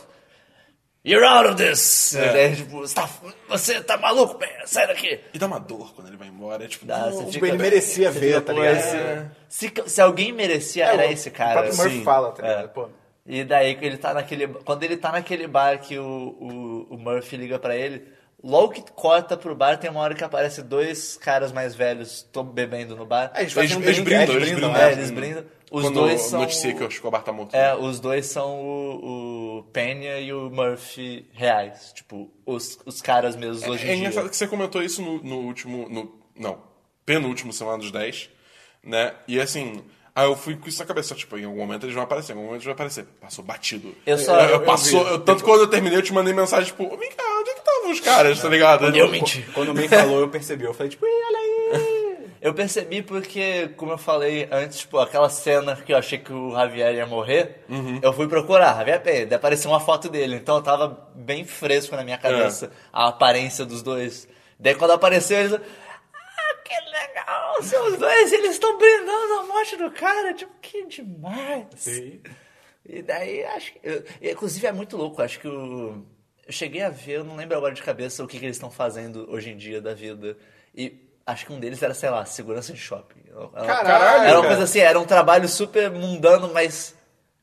You're out of this!
É.
E daí, tipo, você tá, você tá maluco, Penny? Sai daqui!
E dá uma dor quando ele vai embora. É tipo,
Dá,
não,
você
o
fica-
Ben-
ele merecia
Você
ver,
fica,
tá
pô,
ligado? É,
esse- se, se alguém merecia, era
o-
esse
O
cara.
próprio Murphy
Sim.
fala, tá
É.
ligado? Pô,
E daí que ele tá naquele. Quando ele tá naquele bar que o, o, o Murphy liga pra ele, logo que corta pro bar, tem uma hora que aparece dois caras mais velhos to- bebendo no bar.
É, eles fazem
Eles,
um
eles
drink,
brindam,
é,
eles brindam.
né?
é, eles brindam. Os
Quando
dois são-
noticia que o Escobar tá morto.
É, os dois são o, o Penha e o Murphy reais. Tipo, os, os caras mesmos hoje
É
em dia.
engraçado que você comentou isso no, no último. No, não, penúltimo Semana dos 10, né? E assim. Aí eu fui com isso na cabeça, tipo, em algum momento eles vão aparecer, em algum momento eles vão aparecer. Passou batido.
Eu só-
Eu, eu
eu- eu
passou,
vi.
eu- tanto que quando eu terminei, eu te mandei mensagem, tipo, vem cá, onde é que estavam os caras, tá ligado?
Eu menti.
é. Quando o May falou, eu percebi. Eu falei, tipo, ih, olha aí.
Eu percebi porque, como eu falei antes, tipo, aquela cena que eu achei que o Javier ia morrer, eu fui procurar Javier Penha, daí apareceu uma foto dele, então eu tava bem fresco na minha cabeça a aparência dos dois. Daí quando apareceu, eles. Ah, que legal! Seus dois, eles estão brindando a morte do cara, tipo, que demais!
Sim.
E daí, acho que. eu- e, inclusive, é muito louco. Acho que o. Eu cheguei a ver, eu não lembro agora de cabeça o que, que eles estão fazendo hoje em dia da vida. E Acho que um deles era, sei lá, segurança de shopping. Era-
Caralho,
Era uma
cara.
coisa assim, era um trabalho super mundano, mas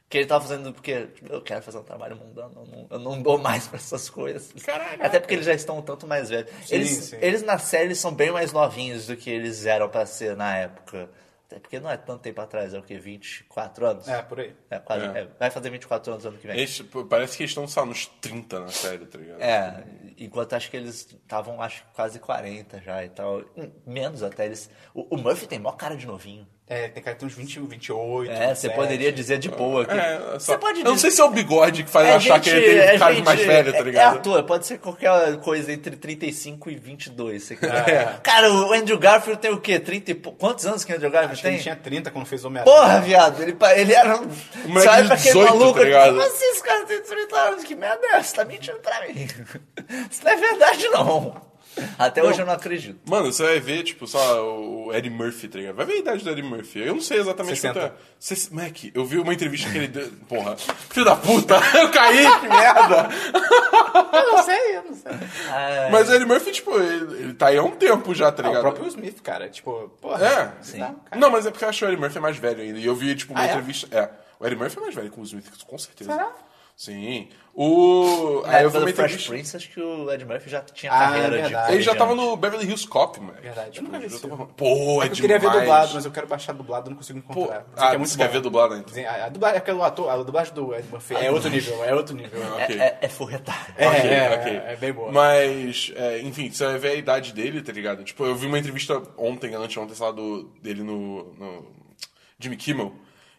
que ele tava fazendo porque tipo, eu quero fazer um trabalho mundano, eu não, eu não dou mais pra essas coisas.
Caralho.
Até porque eles já estão um tanto mais velhos. eles,
sim.
eles na série eles são bem mais novinhos do que eles eram pra ser na época. Até porque não é tanto tempo atrás, é o que, 24 anos?
É, por aí.
É, quase,
É.
é, vai fazer 24 anos ano que vem.
Eles, pô, parece que eles estão, sabe, nos 30 na série, tá ligado?
É, enquanto acho que eles estavam, acho que quase 40 já e tal. Hum, Menos até eles. O, o Murphy tem mó cara de novinho.
É, tem cara que tem uns 20, 28.
É, você
27.
poderia dizer de boa que.
É, só-
Você pode
Eu não sei
dizer.
se é o bigode que faz
é
achar que ele tem
é
cara de
gente-
mais velho, tá
é- É
ligado?
ator, pode ser qualquer coisa entre 35 e 22. Você quer.
É.
Cara, o Andrew Garfield tem o quê? 30 e pou- Quantos anos que o Andrew Garfield
Acho que
tem?
ele tinha 30 quando fez Homem-Aranha.
Porra, viado, ele, pa- ele era um.
moleque de 18, tá ligado?
Como assim esse cara tem 30 anos? Que merda é essa? Você tá mentindo pra mim. Isso não é verdade, não. Até hoje eu não acredito.
Mano, você vai ver, tipo, só o Eddie Murphy, tá ligado? Vai ver a idade do Eddie Murphy. Eu não sei exatamente
60.
quanto é. Cê, Mac, eu vi uma entrevista que ele deu. Porra, filho da puta, eu caí, que merda!
Eu Ah, não sei, eu não sei. é.
Ah,
Mas o Eddie Murphy, tipo, ele, ele tá aí há um tempo já, tá
Ah, o
ligado?
próprio Will Smith, cara. Tipo, porra.
É,
sim. Não, cara.
Não, mas é porque eu acho que o Eddie Murphy é mais velho ainda. E eu vi, tipo, uma
Ah, é?
entrevista. É. O Eddie Murphy é mais velho que o Will Smith, com certeza.
Será?
Sim. O.
na
Aí eu vi
época
uma
do Fresh
entrevista.
Prince, acho que o Ed Murphy já tinha
Ah,
carreira de.
verdade.
Ele já
comediante.
tava no Beverly Hills Cop, mano.
Verdade,
Tipo,
eu nunca
ele já
vi
tava-
esse.
Pô, é
Eu queria ver
demais.
dublado, mas eu quero baixar dublado, não consigo
Pô,
encontrar. Dizem
ah,
que é
você
muito
quer
bom.
ver Ah, dublado, então?
Dizem- A, a dublagem, é aquele ator, a dublagem do Ed Murphy é outro nível, é outro nível.
Ah,
É,
ok.
é, é forretar.
É,
Ok,
é,
ok.
é, é bem boa.
Mas, é, enfim, você vai ver a idade dele, tá ligado? Tipo, eu vi uma entrevista ontem, anteontem, sei lá, do, dele no, no Jimmy Kimmel.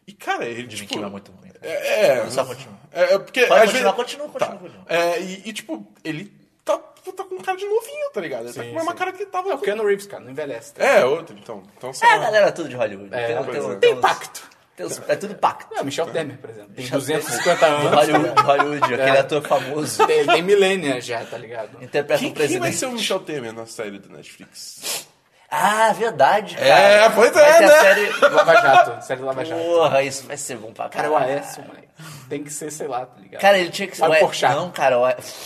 E, cara, ele,
Jimmy
tipo...
Kimmel é muito ruim. cara.
É, é.
Só continua.
É, é porque...
Pode
às
continuar,
vezes-
continua,
tá.
continua, continua.
É, e, e, tipo, ele tá, tá com cara de novinho, tá ligado? Ele tá
Sim,
com a mesma
sim.
cara que ele tava...
O Keanu Reeves, cara, não envelhece. tá?
É, outro, então. Então, sei
É, a
lá.
galera tudo de Hollywood.
É,
tem,
pois é.
tem,
Tem
uns-
pacto.
tem uns- é tudo pacto.
Não, Michel Temer, por exemplo. Tem
Michel
250 anos.
Hollywood, Hollywood aquele
É.
ator famoso.
Tem, tem milênios já, tá ligado?
Interpreta
Quem,
um
quem
presidente.
vai ser o Michel Temer na série do Netflix?
Ah, verdade, cara.
É, pois é,
vai ter
né?
a série...
Lava Jato, série do Lava Jato.
Porra, isso vai ser bom pra
Cara,
caralho.
o Aécio, moleque. Tem que ser, sei lá, tá ligado?
Cara, ele tinha que ser.
Fábio
o Aé-
Porchat.
Não, cara, o Aécio.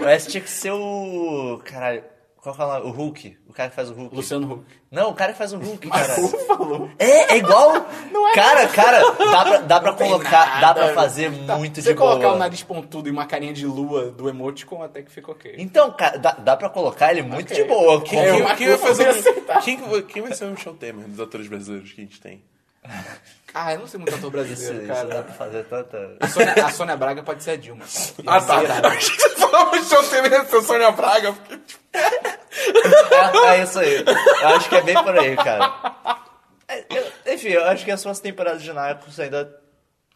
o Aécio tinha que ser o. Caralho, qual que é o nome? O Hulk. O cara que faz o Hulk.
Luciano Huck.
Não, o cara que faz o Hulk, cara.
Como falou?
É, é igual.
Não é
cara, cara, dá pra, dá pra
tem
colocar,
nada,
dá pra
velho.
fazer
Tá,
muito
você
de boa.
colocar o nariz pontudo e uma carinha de lua do emoticon, até que fica ok.
Então, cara, dá, dá pra colocar ele muito
Ok.
de boa. Como...
Quem-
Eu
quem,
acho
vai
que eu
fazer
vou aceitar.
o- quem, que vai- quem vai ser o Michel Temer dos atores brasileiros que a gente tem?
Ah, eu não sei muito ator
Isso,
brasileiro,
isso dá
cara.
pra fazer tanta.
A Sônia, a Sônia Braga pode ser a Dilma, cara. Ia
Ah, tá.
ser irado.
Eu achei que você falava o Michel Temer ia ser Sônia Braga. porque- tipo,
É, é isso aí. Eu acho que é bem por aí, cara. É, eu- enfim, eu acho que as suas temporadas de Narcos ainda.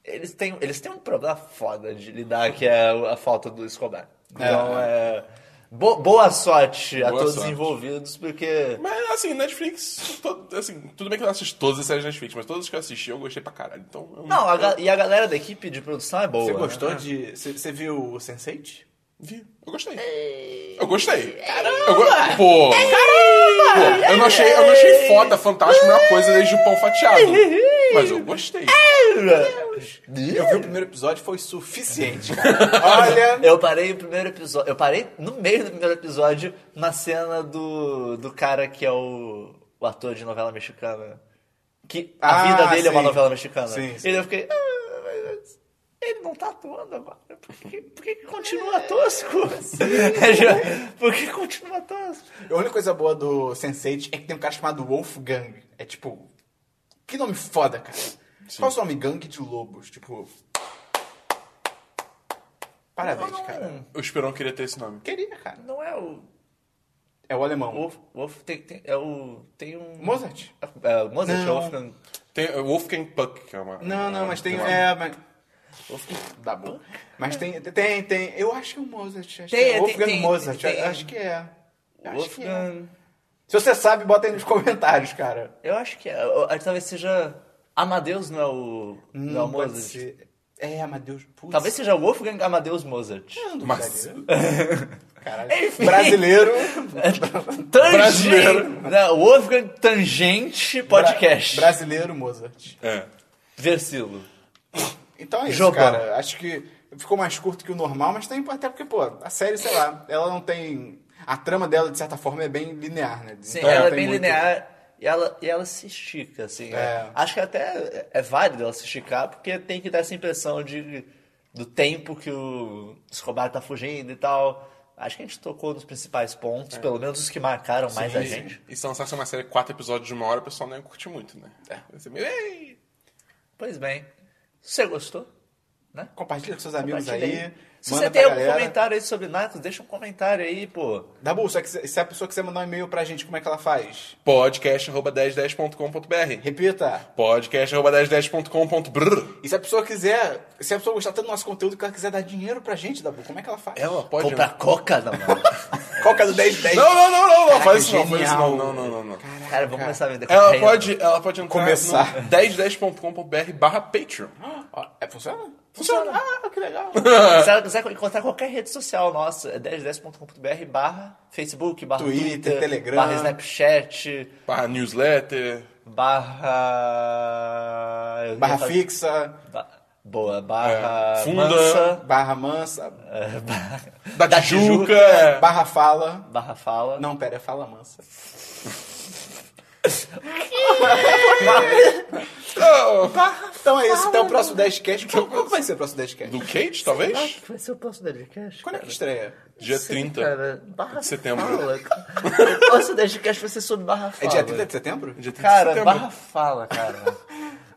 Eles têm, eles têm um problema foda de lidar, que é a falta do Escobar. Então,
né?
é. bo- boa sorte a
Boa
todos
sorte.
envolvidos, porque.
Mas, assim, Netflix... to- assim, tudo bem que eu não assisto todas as séries Netflix, mas todas que eu assisti eu gostei pra caralho. Então, eu
Não, a ga- e a galera da equipe de produção é boa.
Você
né?
gostou de... Você você viu o Sense8?
vi. Eu gostei. Eu gostei. Eu go... Pô! Pô, eu não achei, eu não achei foda, fantástico, a melhor coisa desde o pão fatiado. Mas eu gostei.
Eu vi o primeiro episódio, foi suficiente, cara. Olha...
Eu parei o primeiro episódio. Eu parei no meio do primeiro episódio na cena do, do cara que é o, o ator de novela mexicana. Que a
Ah,
vida dele é uma
sim.
novela mexicana.
Sim, sim.
E eu fiquei. "Ah, mas Ele não tá atuando agora. Por que, por que que
É.
continua tosco? É, por que continua tosco?
A única coisa boa do Sense8 é que tem um cara chamado Wolfgang. É tipo... Que nome foda, cara. Qual é o seu nome? Gangue de Lobos. Tipo... Parabéns, cara.
O Esperão queria ter esse nome.
Queria, cara.
Não é o.
É o alemão.
Wolf, Wolf tem, tem- é o. Tem um.
Mozart?
É, Mozart,
Não.
Wolfgang.
Tem o Wolfgang Puck, que é uma...
Não, não, mas tem...
uma-
É, mas... Dá bom. Mas tem, tem, tem. Eu acho que é o Mozart. Acho que
Tem,
é
tem,
o Wolfgang
tem,
Mozart.
tem.
acho que é. Acho que é.
Wolfgang.
Se você sabe, bota aí nos comentários, cara.
Eu acho que é. Eu- Talvez seja. Amadeus não é o. não é o
Hum, pode
Mozart.
ser. É, Amadeus. Putz.
Talvez seja Wolfgang Amadeus Mozart.
Eu não
Mas-
duvidaria. Caralho.
Enfim.
Brasileiro.
Tangente.
Brasileiro.
Não, Wolfgang Tangente Podcast.
Bra- brasileiro Mozart.
É.
Versilo.
Então é isso,
Jobão.
cara. Acho que ficou mais curto que o normal, mas tem até porque, pô, a série, sei lá, ela não tem. a trama dela, de certa forma, é bem linear, né?
Sim,
Então,
ela é
tem
bem
muito-
linear e ela, e ela se estica, assim.
É.
Acho que até é válido ela se esticar, porque tem que dar essa impressão de, do tempo que o Escobar tá fugindo e tal. Acho que a gente tocou nos principais
É.
pontos, pelo menos os que marcaram mais a gente.
E se lançasse uma série quatro episódios de uma hora, o pessoal não ia curtir muito, né? Vai ser meio... "Ei!"
Pois bem, você gostou? Né?
Compartilha com seus amigos
Compartilha
aí.
Se
manda
você tem
pra
algum
galera.
comentário aí sobre Narcos, deixa um comentário aí, pô.
Dabu, só que se se a pessoa quiser mandar um e-mail pra gente, como é que ela faz?
podcast.1010.com.br
Repita.
podcast.1010.com.br
E se a pessoa quiser, se a pessoa gostar tanto do nosso conteúdo que ela quiser dar dinheiro pra gente, Dabu, como é que ela faz?
Ela pode...
Comprar coca, não, mano.
Qual que é do 1010?
né? Não, não, não, não, não,
Caraca,
faz isso não, faz isso
genial.
não, não, não, não, não.
Cara, vamos começar a vender
Ela
cocaína.
É, pode, ela pode entrar
Começar.
no 1010.com.br barra Patreon.
Ó, é, funciona? Funciona. Ah, que legal.
Se ela quiser encontrar qualquer rede social nossa, é 1010.com.br barra Facebook, barra
Twitter,
Twitter,
Telegram.
barra Snapchat,
Barra newsletter.
barra... eu ia
barra
falar-
fixa,
Ba- Boa, barra
É, funda.
mansa,
barra mansa,
é, barra...
Da,
da
Tijuca.
Tijuca,
é.
barra fala.
barra fala.
Não, pera, é fala mansa.
Então,
Então é isso, até o próximo 10cast. Qual, qual vai ser o próximo 10cast?
Do Cage, talvez?
Vai ser o próximo Dedicast,
Quando é que estreia?
Dia
Sim,
30.
cara. Barra
de setembro.
Fala. cara. O próximo Dedicast vai ser sobre barra
É
fala.
dia 30 de setembro?
Dia 30 de
Cara,
setembro.
barra fala, cara.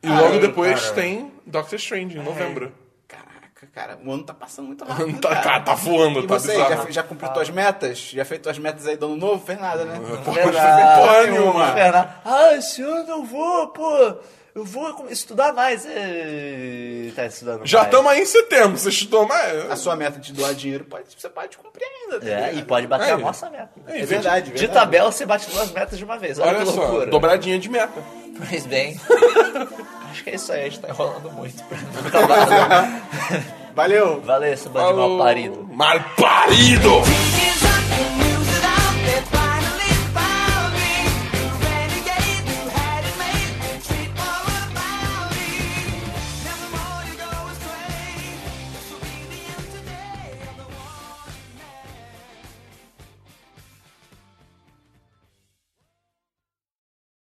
E logo
Ai,
depois
cara.
tem Doctor Strange, em novembro.
Caraca, cara, o ano tá passando muito rápido.
Tá, cara, tá voando,
E
tá
você, já,
bizarro.
já cumpriu tuas metas? Já fez tuas metas aí do ano novo? Fez É, nada, né?
porra nenhuma.
Fernando, Ah, esse ano eu vou, pô. Eu vou com- estudar mais. É, Tá estudando
Já
mais.
estamos aí em setembro, você estudou mais?
A sua meta de doar dinheiro pode, você pode cumprir ainda. tá
É,
ligado?
e pode bater
É.
a nossa meta.
É,
É
gente,
verdade,
De
verdade.
tabela, você bate duas metas de uma vez. Olha,
Olha
que
só,
loucura.
dobradinha de meta.
Pois bem. Acho que é isso aí, a gente tá enrolando muito. pra não acabar.
Valeu!
Valeu, essa banda de mal parido.
Mal parido!